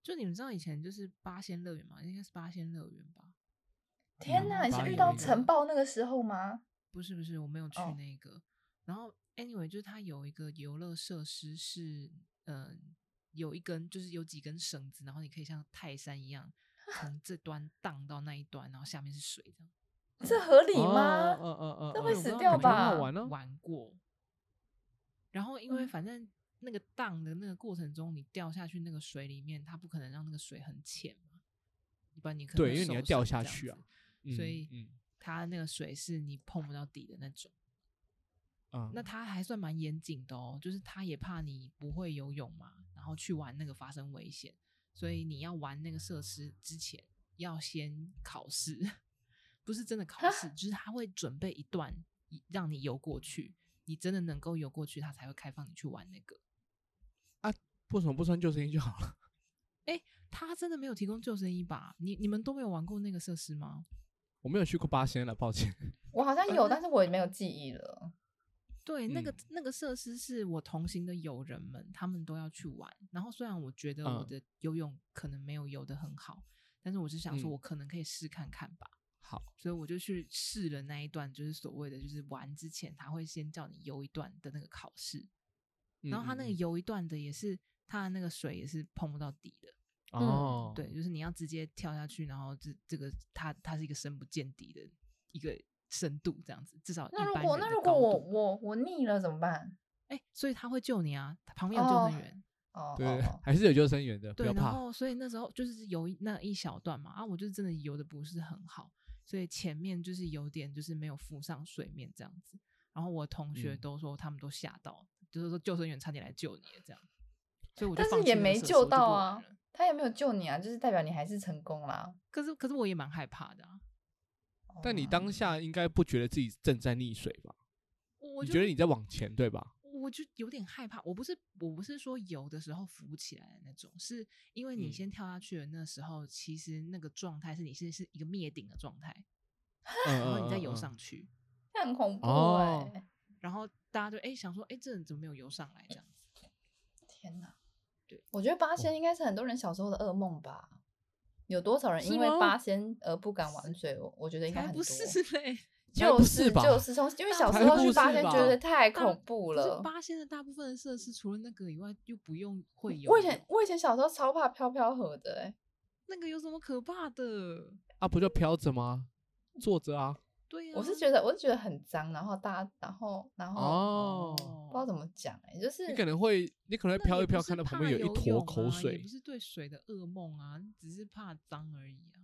Speaker 2: 就你们知道以前就是八仙乐园嘛，应该是八仙乐园吧？
Speaker 3: 天
Speaker 1: 嗯
Speaker 3: 哪！你
Speaker 1: 八
Speaker 3: 是遇
Speaker 1: 年
Speaker 3: 到
Speaker 1: 那个
Speaker 3: 晨爆那个时候吗？
Speaker 2: 不是不是，我没有去
Speaker 3: 哦
Speaker 2: 那个。然后 anyway，就是它有一个游乐设施是，嗯、有一根就是有几根绳子，然后你可以像泰山一样从这端荡到那一端，然后下面是水这样。
Speaker 3: 这合理
Speaker 1: 哦
Speaker 3: 吗？
Speaker 1: 嗯嗯嗯，
Speaker 3: 这
Speaker 1: 嗯
Speaker 3: 会
Speaker 1: 嗯
Speaker 2: 我
Speaker 3: 死
Speaker 2: 不知道你们有
Speaker 3: 掉
Speaker 2: 没有
Speaker 1: 吧玩嗯啊
Speaker 2: 哦玩过。然后因为反正那个荡的那个过程中，你掉下去那个水里面，它不可能让那个水很浅嘛，不然你可能
Speaker 1: 对因
Speaker 2: 会
Speaker 1: 为你
Speaker 2: 受
Speaker 1: 要掉
Speaker 2: 伤
Speaker 1: 下
Speaker 2: 这样
Speaker 1: 去啊
Speaker 2: 子所
Speaker 1: 嗯
Speaker 2: 以
Speaker 1: 嗯
Speaker 2: 它那个水是你碰不到底的那种。
Speaker 1: 啊，
Speaker 2: 那他还算蛮严谨的哦，就是他也怕你不会游泳嘛，然后去玩那个发生危险，所以你要玩那个设施之前要先考试， 不是真的考试，就是他会准备一段一让你游过去，你真的能够游过去，他才会开放你去玩那个。
Speaker 1: 为什么不穿救生衣就好了？
Speaker 2: 他真的没有提供救生衣吧？你你们都没有玩过那个设施吗？
Speaker 1: 我没有去过八仙了，抱歉。
Speaker 3: 我好像
Speaker 1: 呃
Speaker 3: 有，但是我也没有记忆了。
Speaker 2: 对，那个、
Speaker 1: 嗯
Speaker 2: 那个设施是我同行的友人们，他们都要去玩。然后虽然我觉得我
Speaker 1: 嗯
Speaker 2: 的游泳可能没有游得很好，但是我就想说，
Speaker 1: 嗯
Speaker 2: 我可能可以试看看吧。
Speaker 1: 好，
Speaker 2: 所以我就去试了那一段，就是所谓的就是玩之前，他会先叫你游一段的那个考试。
Speaker 1: 嗯
Speaker 2: 然后他那个
Speaker 1: 嗯
Speaker 2: 游一段的也是，他的那个水也是碰不到底的。
Speaker 1: 嗯哦，
Speaker 2: 对，就是你要直接跳下去，然后这这个它它是一个深不见底的一个深度，这样子至少一
Speaker 3: 那如
Speaker 2: 般
Speaker 3: 果
Speaker 2: 人
Speaker 3: 那
Speaker 2: 的
Speaker 3: 如果
Speaker 2: 高
Speaker 3: 我
Speaker 2: 度
Speaker 3: 我我腻了怎么办？
Speaker 2: 哎、所以他会救你啊，他旁边有救
Speaker 3: 哦
Speaker 2: 生员。
Speaker 3: 哦哦
Speaker 1: 对
Speaker 3: 哦，，
Speaker 1: 还是有救生员的，不
Speaker 2: 对，
Speaker 1: 要
Speaker 2: 然
Speaker 1: 怕。
Speaker 2: 后所以那时候就是游一那一小段嘛，啊，我就真的游的不是很好，所以前面就是有点就是没有浮上水面这样子。然后我同学
Speaker 1: 嗯
Speaker 2: 都说他们都吓到，就是说救生员差点来救你了这样，所以我就
Speaker 3: 但是
Speaker 2: 放弃
Speaker 3: 也
Speaker 2: 那个
Speaker 3: 没
Speaker 2: 设施
Speaker 3: 救
Speaker 2: 我就不
Speaker 3: 到
Speaker 2: 玩
Speaker 3: 啊
Speaker 2: 了。
Speaker 3: 他也没有救你啊，就是代表你还是成功啦。
Speaker 2: 可是可是我也蛮害怕的啊，
Speaker 1: 但你
Speaker 3: 哦
Speaker 1: 当下应该不觉得自己正在溺水吧？
Speaker 2: 我
Speaker 1: 你
Speaker 2: 就
Speaker 1: 觉得你在往前对吧？
Speaker 2: 我就有点害怕，我不是我不是说游的时候浮起来的那种，是因为你
Speaker 1: 嗯
Speaker 2: 先跳下去的那时候，其实那个状态是你是是一个灭顶的状态，
Speaker 1: 嗯
Speaker 2: 然后你再
Speaker 1: 嗯
Speaker 2: 游。
Speaker 1: 嗯
Speaker 2: 上去，
Speaker 3: 那很恐怖
Speaker 1: 哦
Speaker 3: 哎！
Speaker 2: 然后大家就哎、想说哎、这人怎么没有游上来这样子？
Speaker 3: 天哪，
Speaker 2: 对，
Speaker 3: 我觉得八
Speaker 1: 哦
Speaker 3: 仙应该是很多人小时候的噩梦吧。有多少人
Speaker 1: 是
Speaker 3: 因为
Speaker 1: 吗
Speaker 3: 八仙而不敢玩水？我我觉得应该
Speaker 2: 才
Speaker 3: 很
Speaker 2: 不
Speaker 3: 多。
Speaker 2: 是嘞，
Speaker 1: 才
Speaker 3: 就
Speaker 1: 不是吧
Speaker 3: 就是从因为小
Speaker 1: 才
Speaker 3: 时候
Speaker 1: 不
Speaker 3: 去
Speaker 1: 是
Speaker 3: 八仙
Speaker 1: 吧
Speaker 3: 觉得太
Speaker 2: 大
Speaker 3: 恐怖
Speaker 2: 就是
Speaker 3: 了。
Speaker 2: 八仙的大部分的设施除了那个以外，又不用会游泳。
Speaker 3: 我以前我以前小时候超怕飘飘河的哎，
Speaker 2: 那个有什么可怕的？
Speaker 1: 啊，不就飘着吗？坐着啊。
Speaker 2: 对呀、
Speaker 3: 我是觉得我是觉得很脏，然后大家然后然后
Speaker 1: 哦，
Speaker 3: 不知道怎么讲哎、就是
Speaker 1: 你可能会，你可能
Speaker 2: 那
Speaker 1: 会飘
Speaker 2: 也
Speaker 1: 一
Speaker 2: 不
Speaker 1: 飘，
Speaker 2: 是
Speaker 1: 看到旁
Speaker 2: 怕
Speaker 1: 边有
Speaker 2: 游
Speaker 1: 一坨
Speaker 2: 泳
Speaker 1: 口
Speaker 2: 啊也
Speaker 1: 水
Speaker 2: 不。是对水的噩梦啊，只是怕脏而已啊。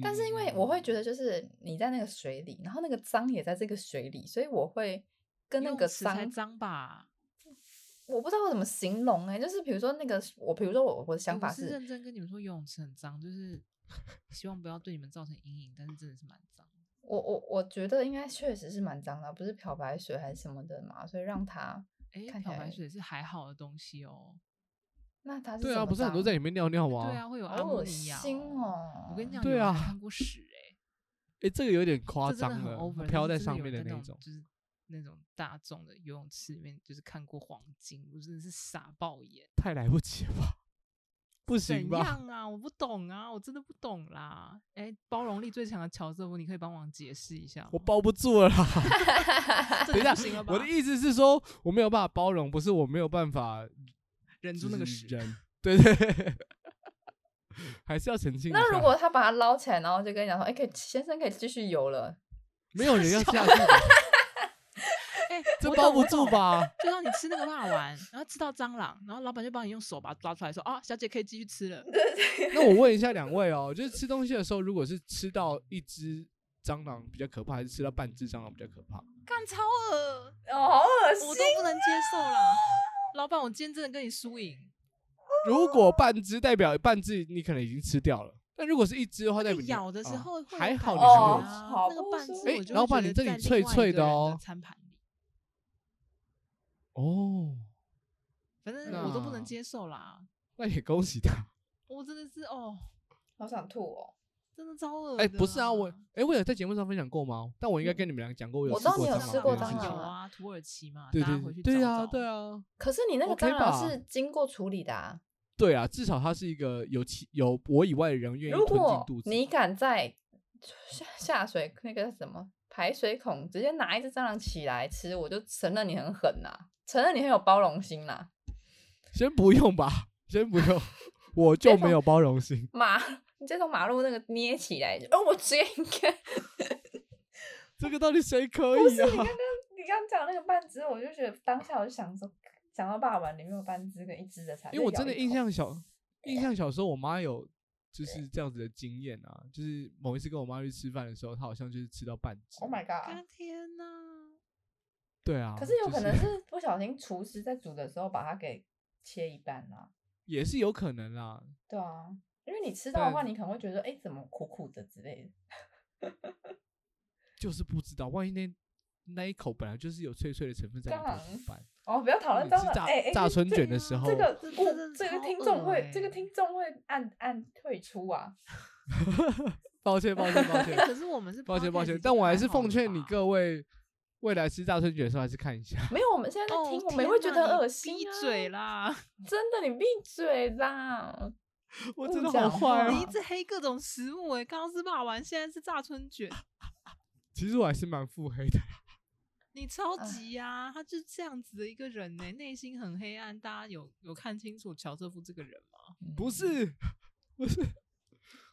Speaker 3: 但是因为
Speaker 1: 嗯
Speaker 3: 我会觉得，就是你在那个水里，然后那个脏也在这个水里，所以我会跟那
Speaker 2: 游
Speaker 3: 个
Speaker 2: 泳池才
Speaker 3: 脏，
Speaker 2: 脏吧？
Speaker 3: 我不知道怎么形容哎、就是比如说那个我，比如说我我
Speaker 2: 哎
Speaker 3: 的想法
Speaker 2: 我是
Speaker 3: 是，
Speaker 2: 认真跟你们说，游泳池很脏，就是希望不要对你们造成阴影，但是真的是蛮脏的。
Speaker 3: 我我我觉得应该确实是蛮脏的，啊不是漂白水还是什么的嘛，所以让它
Speaker 2: 哎、
Speaker 3: 看起
Speaker 2: 漂白
Speaker 3: 来
Speaker 2: 水是还好的东西哦。
Speaker 3: 那它是
Speaker 1: 对
Speaker 3: 怎
Speaker 1: 啊，
Speaker 3: 么
Speaker 1: 不是很多
Speaker 3: 脏
Speaker 1: 在里面尿尿吗？
Speaker 2: 对啊，会有
Speaker 3: 好
Speaker 2: 阿莫
Speaker 3: 恶
Speaker 2: 尼亚、
Speaker 3: 心哦
Speaker 2: 我跟你讲，
Speaker 1: 对
Speaker 2: 有人
Speaker 1: 啊
Speaker 2: 还看过屎哎、
Speaker 1: 诶，这个有点夸
Speaker 2: 这真
Speaker 1: 张
Speaker 2: 的很
Speaker 1: 了，
Speaker 2: over，
Speaker 1: 飘
Speaker 2: 但
Speaker 1: 在
Speaker 2: 是真的
Speaker 1: 上
Speaker 2: 有
Speaker 1: 面的
Speaker 2: 人在
Speaker 1: 那
Speaker 2: 那
Speaker 1: 种。
Speaker 2: 就是那种大众的游泳池里面，就是看过黄金，我真的是傻爆眼。
Speaker 1: 太来不及了吧？ 不行
Speaker 2: 怎
Speaker 1: 吧？
Speaker 2: 样啊？我不懂啊，我真的不懂啦。哎、包容力最强的乔瑟夫，你可以帮忙解释一下吗？
Speaker 1: 我包不住了啦！
Speaker 2: 这
Speaker 1: 等一
Speaker 2: 个
Speaker 1: 下
Speaker 2: 不行了，吧？
Speaker 1: 我的意思是说，我没有办法包容，不是我没有办法
Speaker 2: 忍住那个屎，
Speaker 1: 人，对 对对还是要澄清一下。
Speaker 3: 那如果他把它捞起来，然后就跟你讲说，哎、可以先生可以继续游了，
Speaker 1: 没有 人要下去的，
Speaker 2: 哎、
Speaker 1: 这
Speaker 2: 我
Speaker 1: 包
Speaker 2: 懂
Speaker 1: 不
Speaker 2: 我
Speaker 1: 住
Speaker 2: 懂
Speaker 1: 吧？
Speaker 2: 就像你吃那个辣丸，然后吃到蟑螂，然后老板就帮你用手把它抓出来说：“啊，小姐可以继续吃了。
Speaker 1: 那我问一下两位哦，就是吃东西的时候，如果是吃到一只蟑螂比较可怕，还是吃到半只蟑螂比较可怕？”
Speaker 2: 干超恶，
Speaker 3: 哦，好恶
Speaker 2: 我
Speaker 3: 心
Speaker 2: 都不能接受啦！老板，我今天真的跟你输赢。
Speaker 1: 如果半只，代表半只你可能已经吃掉了。但如果是一只的话，代
Speaker 2: 那
Speaker 1: 表
Speaker 2: 个
Speaker 1: 你
Speaker 2: 哎咬的时候
Speaker 1: 啊
Speaker 2: 会有
Speaker 1: 还
Speaker 2: 感
Speaker 1: 好你还
Speaker 2: 觉
Speaker 1: 有
Speaker 3: 哦
Speaker 1: 吃。
Speaker 2: 啊
Speaker 3: 好
Speaker 2: 那个
Speaker 3: 不
Speaker 2: 半只
Speaker 3: 舒
Speaker 2: 我
Speaker 3: 服
Speaker 2: 就
Speaker 1: 哎
Speaker 2: 会
Speaker 1: 老板
Speaker 2: 觉
Speaker 1: 你
Speaker 2: 得
Speaker 1: 这里
Speaker 2: 在另
Speaker 1: 脆
Speaker 2: 外一
Speaker 1: 脆
Speaker 2: 个
Speaker 1: 的
Speaker 2: 人
Speaker 1: 哦
Speaker 2: 餐盘里，
Speaker 1: 哦，
Speaker 2: 反正我都不
Speaker 1: 那
Speaker 2: 能接受啦。
Speaker 1: 那也恭喜他。
Speaker 2: 我真的是哦，
Speaker 3: 好想吐哦！
Speaker 2: 真的超恶的啦。
Speaker 1: 哎、不是啊，我哎、我有在节目上分享过吗？但我应该跟你们俩讲过，有
Speaker 3: 嗯我
Speaker 1: 吃
Speaker 3: 知道
Speaker 1: 过
Speaker 3: 你有
Speaker 1: 蟑
Speaker 3: 吃
Speaker 1: 螂
Speaker 3: 过
Speaker 1: 这件
Speaker 3: 蟑
Speaker 1: 事
Speaker 2: 有
Speaker 1: 情
Speaker 3: 螂
Speaker 2: 啊，土耳其嘛，
Speaker 1: 对
Speaker 2: 大家回
Speaker 1: 对
Speaker 2: 去
Speaker 1: 对
Speaker 2: 找
Speaker 1: 啊，
Speaker 2: 找
Speaker 1: 对啊，
Speaker 3: 可是你那个
Speaker 1: OK
Speaker 3: 蟑螂
Speaker 1: 吧
Speaker 3: 是经过处理的、啊，
Speaker 1: 对啊，至少它是一个有其有我以外的人愿意
Speaker 3: 如
Speaker 1: 吞进
Speaker 3: 果
Speaker 1: 肚子。
Speaker 3: 你敢在下下水那个叫什么排水孔直接拿一只蟑螂起来吃，我就承认你很狠啦、承认你很有包容心啦、
Speaker 1: 先不用吧，先不 用，我就没有包容心。
Speaker 3: 马， 你再从马路那个捏起来，哦，我直接应该，
Speaker 1: 这个到底谁可以啊？
Speaker 3: 你刚讲那个半只，我就觉得当下我就想说，想到霸王里面有半只跟一只的才，
Speaker 1: 因为我真的印象小，印象小时候我妈有就是这样子的经验啊，就是某一次跟我妈去吃饭的时候，她好像就是吃到半只。
Speaker 3: ，Oh my god！
Speaker 2: 干天哪！
Speaker 1: 对啊，
Speaker 3: 可是有
Speaker 1: 就
Speaker 3: 可能
Speaker 1: 是
Speaker 3: 是不小心厨师在煮的时候把它给切一半啦、
Speaker 1: 也是有可能啦。
Speaker 3: 对啊，因为你吃到的话，
Speaker 1: 但
Speaker 3: 你可能会觉得，哎、怎么苦苦的之类的。
Speaker 1: 就是不知道，万一那那一口本来就是有脆脆的成分在里
Speaker 3: 当
Speaker 1: 头
Speaker 3: 然
Speaker 1: 怎么 办？
Speaker 3: 哦，不要讨论
Speaker 1: 你
Speaker 3: 蟑
Speaker 1: 吃
Speaker 3: 螂，
Speaker 1: 炸
Speaker 3: 哎、哎，
Speaker 1: 炸
Speaker 3: 这
Speaker 1: 春
Speaker 3: 这
Speaker 1: 卷的
Speaker 2: 对
Speaker 1: 时
Speaker 2: 啊
Speaker 1: 候，
Speaker 3: 这个
Speaker 2: 这这
Speaker 3: 顾
Speaker 2: 真的
Speaker 3: 这个
Speaker 2: 超
Speaker 3: 听
Speaker 2: 恶
Speaker 3: 众会、
Speaker 2: 欸
Speaker 3: 这个听众会按按退出啊！
Speaker 1: 抱歉抱歉抱歉
Speaker 2: 哎可是我们是
Speaker 1: 抱歉抱
Speaker 2: podcast 已
Speaker 1: 歉
Speaker 2: 经，
Speaker 1: 但我还
Speaker 2: 蛮
Speaker 1: 是
Speaker 2: 好
Speaker 1: 奉
Speaker 2: 了
Speaker 1: 劝你
Speaker 2: 吧
Speaker 1: 各位未来吃炸春卷的时候还是看一下。
Speaker 3: 没有，我们现在在
Speaker 2: 哦
Speaker 3: 听，我们也
Speaker 2: 天
Speaker 3: 会觉
Speaker 2: 哪
Speaker 3: 得很
Speaker 2: 你
Speaker 3: 恶心、啊。
Speaker 2: 闭嘴！啦！
Speaker 3: 真的，你闭嘴啦！
Speaker 1: 我
Speaker 3: 不
Speaker 1: 真的好
Speaker 3: 讲
Speaker 1: 坏
Speaker 3: 话
Speaker 2: 你一
Speaker 1: 哦！
Speaker 2: 直黑各种食物、欸，哎，刚刚是骂完，现在是炸春卷，
Speaker 1: 其实我还是蛮腹黑的，
Speaker 2: 你超
Speaker 3: 哎
Speaker 2: 级啊！他就是这样子的一个人呢、内心很黑暗。大家有有看清楚乔瑟夫这个人吗？
Speaker 1: 不
Speaker 3: 嗯
Speaker 1: 是不是，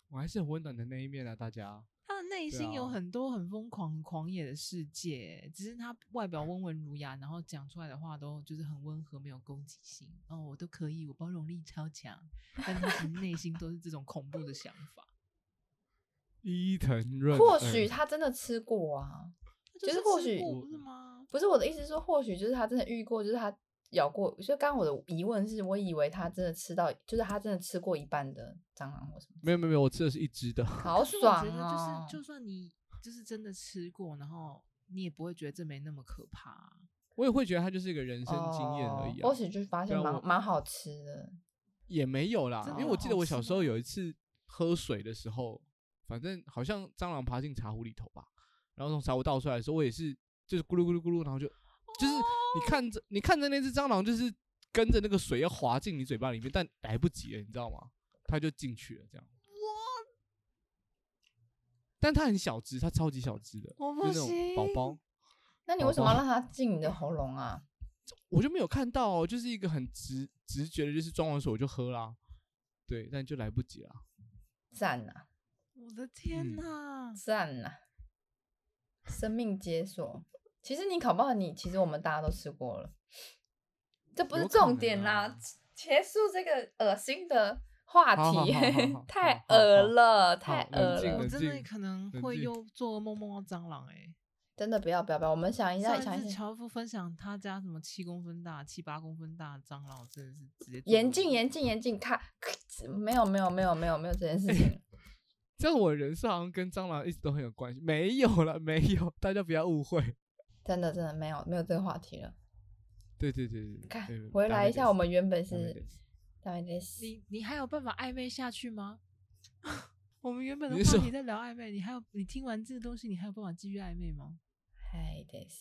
Speaker 1: 我还是很温暖的那一面啊，大家。
Speaker 2: 他的内
Speaker 1: 对
Speaker 2: 心有
Speaker 1: 啊
Speaker 2: 很多很疯狂、很狂野的世界欸、只是他外表温文儒雅，然后讲出来的话都就是很温和，没有攻击性。哦，我都可以，我包容力超强，但他其实内心都是这种恐怖的想法。
Speaker 1: 伊藤润二，
Speaker 3: 或许他真的吃过啊，
Speaker 2: 他
Speaker 3: 就是
Speaker 2: 是
Speaker 3: 或
Speaker 2: 吃
Speaker 3: 许
Speaker 2: 过不是吗？
Speaker 3: 不是我的意思是说，或许就是他真的遇过，就是他咬过。就刚刚我的疑问是，我以为他真的吃到，就是他真的吃过一半的蟑螂或什么，
Speaker 1: 没有没有没有，我吃的是一只的。
Speaker 3: 好
Speaker 2: 可是我觉
Speaker 3: 爽
Speaker 2: 得
Speaker 3: 哦！
Speaker 2: 就是，就算你就是真的吃过，然后你也不会觉得这没那么可怕啊、
Speaker 1: 我也会觉得它就是一个人生经验而已、啊
Speaker 3: 哦或许就发
Speaker 1: 对
Speaker 3: 现
Speaker 1: 啊
Speaker 3: 蛮
Speaker 1: 我
Speaker 3: 蛮好吃的。
Speaker 1: 也没有啦
Speaker 2: 真，的
Speaker 1: 因为我记得
Speaker 2: 好
Speaker 1: 我
Speaker 2: 吃
Speaker 1: 小时候
Speaker 2: 哦吗
Speaker 1: 有一次喝水的时候，反正好像蟑螂爬进茶壶里头吧，然后从茶壶倒出来的时候，我也是就是咕噜咕噜咕噜，然后就就是
Speaker 2: 哦
Speaker 1: 你看着你看着那只蟑螂，就是跟着那个水要滑进你嘴巴里面，但来不及了，你知道吗？它就进去了，这样。但它很小只，它超级小只的，
Speaker 2: 我
Speaker 1: 就
Speaker 2: 不
Speaker 1: 是那种宝
Speaker 2: 行
Speaker 1: 宝。
Speaker 3: 那你
Speaker 1: 宝
Speaker 3: 为什么要
Speaker 1: 宝
Speaker 3: 让它进你的喉咙啊？
Speaker 1: 我就没有看到、哦，就是一个很直直觉的，就是装完水我就喝啦，对，但就来不及啦。
Speaker 3: 赞呐
Speaker 2: 我的天
Speaker 1: 嗯
Speaker 2: 哪！
Speaker 3: 赞呐，生命解锁。其实你考不好你，其实我们大家都吃过了，这不是
Speaker 1: 有可能
Speaker 3: 重点啦。
Speaker 1: 啊
Speaker 3: 结束这个恶心的话
Speaker 1: 好好
Speaker 3: 题
Speaker 1: 好好好，
Speaker 3: 太
Speaker 1: 好好
Speaker 3: 恶
Speaker 1: 好
Speaker 3: 了，
Speaker 1: 好
Speaker 3: 太恶
Speaker 1: 冷静
Speaker 3: 了
Speaker 2: 呃我
Speaker 1: 冷，
Speaker 2: 真的
Speaker 1: 静
Speaker 2: 可能
Speaker 1: 冷
Speaker 2: 会
Speaker 1: 静
Speaker 2: 又做梦梦到蟑螂哎、
Speaker 3: 真的不要不要不要，我们想一下
Speaker 2: 上
Speaker 3: 想
Speaker 2: 一
Speaker 3: 一
Speaker 2: 次
Speaker 3: 下，
Speaker 2: 乔夫分享他家什么七公分大、七八公分大的蟑螂，我真的是直接做
Speaker 3: 严
Speaker 2: 梦
Speaker 3: 禁严禁严禁，看，没有没有没有没有没有这件 事情，
Speaker 1: 这样我人设好像跟蟑螂一直都很有关系，没有了，没有，大家不要误会。
Speaker 3: 真的真的没有没有这个话题了。
Speaker 1: 对对对对，
Speaker 3: 看
Speaker 1: 对
Speaker 3: 回来一下，我们原本
Speaker 1: ダメ
Speaker 3: 是
Speaker 1: です
Speaker 3: 大概です
Speaker 2: 你你还有办法暧昧下去吗？ 我们原本的
Speaker 1: 你是
Speaker 2: 话
Speaker 1: 说
Speaker 2: 题在聊暧昧，你还有你听完这个东西，你还有办法继续暧昧吗？
Speaker 3: はいです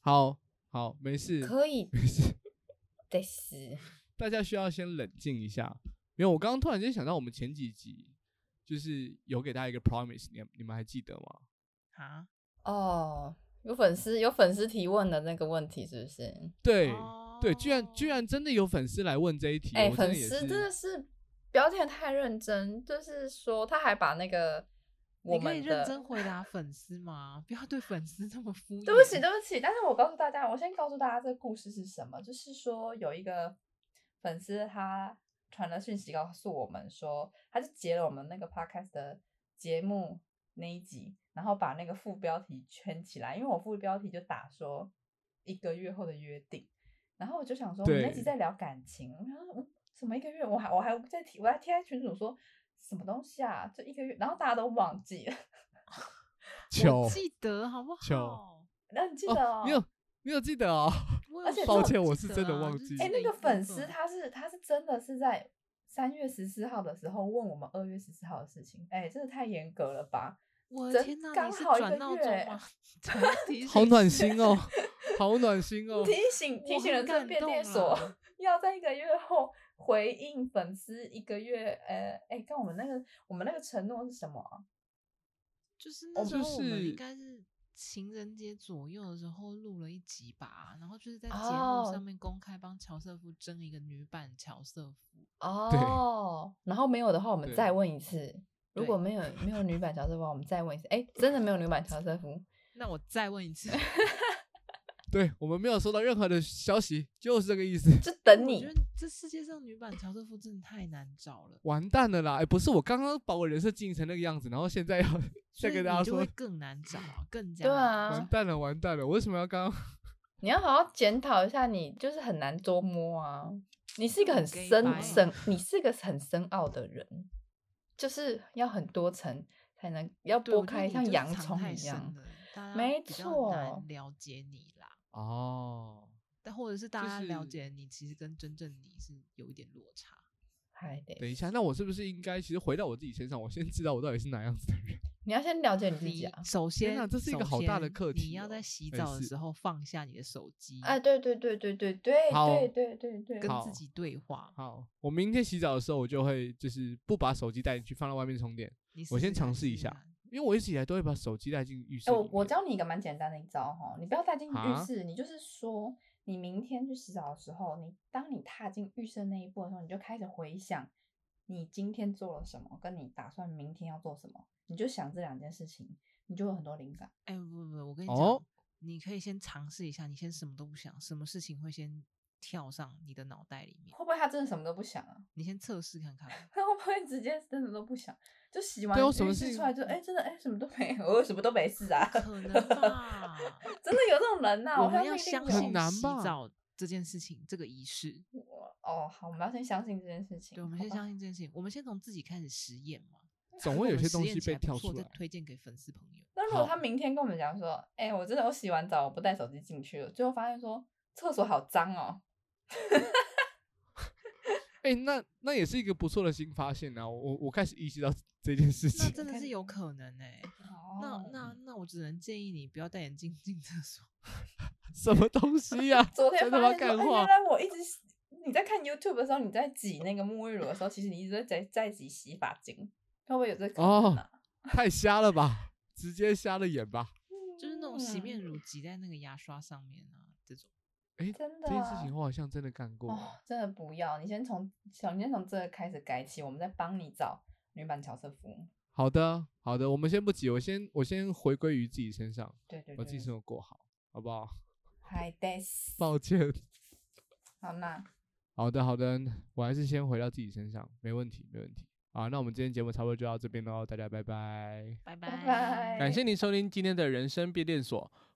Speaker 1: 好好没事
Speaker 3: 可以
Speaker 1: 没事，
Speaker 3: です。
Speaker 1: 大家需要先冷静一下。没有，我刚刚突然间想到，我们前几集就是有给大家一个 promise，你你们还记得吗？
Speaker 2: 啊？
Speaker 3: 哦，有粉丝有粉丝提问的那个问题是不是？
Speaker 1: 对、
Speaker 2: 哦
Speaker 1: 对，居然居
Speaker 3: 哦
Speaker 1: 然真的有粉丝来问这一题，
Speaker 3: 哎、
Speaker 1: 我真
Speaker 3: 粉
Speaker 1: 的也
Speaker 3: 丝真
Speaker 1: 是
Speaker 3: 的是不要听得太认真，就是说他还把那个我
Speaker 2: 你可
Speaker 3: 们
Speaker 2: 以
Speaker 3: 的
Speaker 2: 认真回答粉丝吗？ 不要对粉丝这么敷衍。
Speaker 3: 对不起，对不起，但是我告诉大家，我先告诉大家这个故事是什么，就是说有一个粉丝他传了讯息告诉我们说，他就截了我们那个 podcast 的节目那一集，然后把那个副标题圈起来，因为我副标题就打说一个月后的约定，然后我就想说，我们那集
Speaker 1: 对
Speaker 3: 在聊感情，然后嗯，什么一个月，我还我还在提，我还贴在群主说什么东西啊，就一个月，然后大家都忘记了，
Speaker 1: 糗
Speaker 2: 我记得好不
Speaker 1: 糗
Speaker 2: 好？
Speaker 3: 然后你记得哦，
Speaker 1: 你有你有记得哦？
Speaker 2: 我
Speaker 3: 而
Speaker 2: 有
Speaker 3: 且
Speaker 2: 记得
Speaker 3: 抱
Speaker 1: 歉
Speaker 2: 啊
Speaker 1: 我是真的
Speaker 2: 就是
Speaker 1: 忘记
Speaker 2: 这
Speaker 3: 哎、那
Speaker 2: 一
Speaker 3: 个
Speaker 2: 部
Speaker 3: 粉丝
Speaker 2: 分
Speaker 3: 他是他是真的是在三月十四号的时候问我们二月十四号的事情，哎、真的太严格了吧？
Speaker 2: 我的
Speaker 3: 真
Speaker 2: 天哪，
Speaker 3: 刚
Speaker 2: 你是
Speaker 3: 好一个
Speaker 2: 转闹钟
Speaker 3: 月
Speaker 2: 吗？ 转提
Speaker 1: 好
Speaker 2: 醒
Speaker 1: 暖
Speaker 2: 你啊
Speaker 1: 心 哦，好暖心哦
Speaker 3: 提。醒提
Speaker 2: 我很
Speaker 3: 醒人生
Speaker 2: 感
Speaker 3: 变
Speaker 2: 动
Speaker 3: 电所
Speaker 2: 啊
Speaker 3: 要在一个月后回应粉丝一个月，呃，哎、看我们那个我们那个承诺是什么啊？
Speaker 2: 就是
Speaker 3: 我
Speaker 2: 那时
Speaker 1: 就
Speaker 2: 候我们
Speaker 1: 哦是
Speaker 2: 应该是情人节左右的时候录了一集吧，然后就是在节
Speaker 3: 哦
Speaker 2: 目上面公开帮乔瑟夫争一个女版乔瑟夫。
Speaker 3: 哦，然后没有的话，我们
Speaker 1: 对
Speaker 3: 再问一次。如果
Speaker 2: 对
Speaker 3: 没有没有女版乔瑟夫，我们再问一次。哎、真的没有女版乔瑟夫，
Speaker 2: 那我再问一 次，
Speaker 1: 对我们没有收到任何的消息，就是这个意思。
Speaker 3: 就
Speaker 2: 哎
Speaker 3: 等
Speaker 2: 我
Speaker 3: 你
Speaker 2: 觉。得这世界上女版乔瑟夫真的太难找了，
Speaker 1: 完蛋了啦！哎、不是我刚刚把我人设经营成那个样子，然后现在要 再
Speaker 2: 所以
Speaker 1: 跟
Speaker 2: 你
Speaker 1: 大家
Speaker 2: 就
Speaker 1: 说
Speaker 2: 会，更难找啊，更加
Speaker 3: 对
Speaker 2: 难
Speaker 3: 啊
Speaker 1: 完
Speaker 2: 找
Speaker 1: 蛋了，完蛋了！我为什么要刚 刚？
Speaker 3: 你要好好检讨一下你，就是很难捉摸啊。你是一个很
Speaker 2: 很 gay
Speaker 3: 深
Speaker 2: 白
Speaker 3: 深，你是一个很深奥的人，就是要很多层才能要
Speaker 2: 对，
Speaker 3: 剥
Speaker 2: 我觉得
Speaker 3: 开，
Speaker 2: 你
Speaker 3: 像
Speaker 2: 就是
Speaker 3: 洋
Speaker 2: 藏
Speaker 3: 葱
Speaker 2: 太
Speaker 3: 一
Speaker 2: 深
Speaker 3: 样。
Speaker 2: 了，大家
Speaker 3: 没
Speaker 2: 比较
Speaker 3: 错
Speaker 2: 难了解你啦。
Speaker 1: 哦，
Speaker 2: 但或者是大
Speaker 1: 就
Speaker 2: 家了
Speaker 1: 是
Speaker 2: 解你，其实跟真正你是有一点落差。
Speaker 3: 还
Speaker 1: 等
Speaker 3: 得，
Speaker 1: 一下，那我是不是应该其实回到我自己身上，我先知道我到底是哪样子的人？
Speaker 3: 你要先了解你自己
Speaker 2: 你
Speaker 3: 啊。
Speaker 2: 首先，
Speaker 1: 哪这是一个
Speaker 2: 首
Speaker 1: 好大的
Speaker 2: 先
Speaker 1: 课
Speaker 2: 你
Speaker 1: 题
Speaker 2: 要
Speaker 1: 哦
Speaker 2: 在洗
Speaker 1: 哎
Speaker 2: 澡的
Speaker 1: 是
Speaker 2: 时候放下你的手机，
Speaker 3: 哎，对对对对对对
Speaker 1: 好
Speaker 3: 对对对对，
Speaker 2: 跟
Speaker 1: 好
Speaker 2: 自己对话。
Speaker 1: 好，我明天洗澡的时候，我就会就是不把手机带进去，放到外面充电，
Speaker 2: 你
Speaker 1: 我先
Speaker 2: 看
Speaker 1: 尝试一
Speaker 2: 试
Speaker 1: 下
Speaker 2: 看
Speaker 1: 因为我一直以来都会把手机带进浴室
Speaker 3: 哎，
Speaker 1: 里
Speaker 3: 我
Speaker 1: 面。
Speaker 3: 我教你一个蛮简单的一招哈，你不要带进浴
Speaker 1: 啊
Speaker 3: 室，你就是说，你明天去洗澡的时候，你当你踏进浴室那一步的时候，你就开始回想你今天做了什么，跟你打算明天要做什么，你就想这两件事情，你就有很多灵感。
Speaker 2: 哎，不不不，我跟你
Speaker 1: 哦
Speaker 2: 讲，你可以先尝试一下，你先什么都不想，什么事情会先跳上你的脑袋里面
Speaker 3: 会，不会他真的什么都不想啊？。
Speaker 2: 你先测试看看
Speaker 3: 他会不会直接真的都不想？就洗完
Speaker 1: 对啊什么
Speaker 3: 浴
Speaker 1: 事
Speaker 3: 室
Speaker 1: 情
Speaker 3: 出来就哎、真的哎、什么都没有，我什么都没事啊，
Speaker 2: 可能吧，
Speaker 3: 真的有这种人呐、
Speaker 2: 我
Speaker 3: 我相
Speaker 2: 们
Speaker 3: 信
Speaker 2: 要
Speaker 3: 一
Speaker 2: 相
Speaker 3: 定有
Speaker 1: 很
Speaker 2: 信啊
Speaker 1: 难
Speaker 2: 洗
Speaker 1: 吧
Speaker 2: 澡这件事情，这个仪式。
Speaker 3: 哦，好，我们要先相信这件事情。
Speaker 2: 对，我们
Speaker 3: 好
Speaker 2: 先
Speaker 3: 吧
Speaker 2: 相信这件事情，我们先从自己开始实验嘛。
Speaker 1: 总
Speaker 2: 如
Speaker 1: 会
Speaker 2: 果
Speaker 1: 有
Speaker 2: 我
Speaker 1: 些
Speaker 2: 们
Speaker 1: 东
Speaker 2: 实验
Speaker 1: 西
Speaker 2: 起
Speaker 1: 被
Speaker 2: 来不
Speaker 1: 跳
Speaker 2: 错
Speaker 1: 出
Speaker 2: 再
Speaker 1: 来。
Speaker 2: 推荐给粉丝朋友。
Speaker 3: 那如果他
Speaker 1: 好
Speaker 3: 明天跟我们讲说，哎、我真的我洗完澡我不带手机进去了，最后发现说厕所好脏哦，
Speaker 1: 哎、那那也是一个不错的新发现啊！我我开始意识到这件事
Speaker 2: 那
Speaker 1: 情。
Speaker 2: 真的
Speaker 3: 看
Speaker 2: 是有可能哎、那
Speaker 3: 哦
Speaker 2: 那那我只能建议你不要戴眼镜进厕所。
Speaker 1: 什么东西 呀、
Speaker 3: 昨天
Speaker 1: 真的吗？
Speaker 3: 发现
Speaker 1: 干
Speaker 3: 说，哎、
Speaker 1: 话
Speaker 3: 原来我一直洗你在看 YouTube 的时候，你在挤那个沐浴乳的时候，其实你一直在在在挤洗发精，会不会有这可能、啊？
Speaker 1: 太瞎了吧！直接瞎了眼吧！
Speaker 2: 就是那种洗
Speaker 3: 嗯
Speaker 2: 面乳挤在那个牙刷上面啊，这种
Speaker 1: 哎、
Speaker 3: 真的
Speaker 1: 这件事情
Speaker 3: 啊
Speaker 1: 我好像真的干过。
Speaker 3: 哦，真的不要，你先从小，你先从这个开始改起，我们再帮你找女版乔瑟夫。
Speaker 1: 好的，好的，我们先不急，我先我先回归于自己身上，
Speaker 3: 对对
Speaker 1: 把自己
Speaker 3: 对，
Speaker 1: 生活 过好，好不好？
Speaker 3: 嗨 d a s
Speaker 1: 抱歉。
Speaker 3: 好那
Speaker 1: 好的，好的，我还是先回到自己身上，没问题，没问题。好，那我们今天节目差不多就到这边喽，大家拜拜。
Speaker 2: 拜
Speaker 3: 拜
Speaker 1: 感谢您收听今天的人生变电所，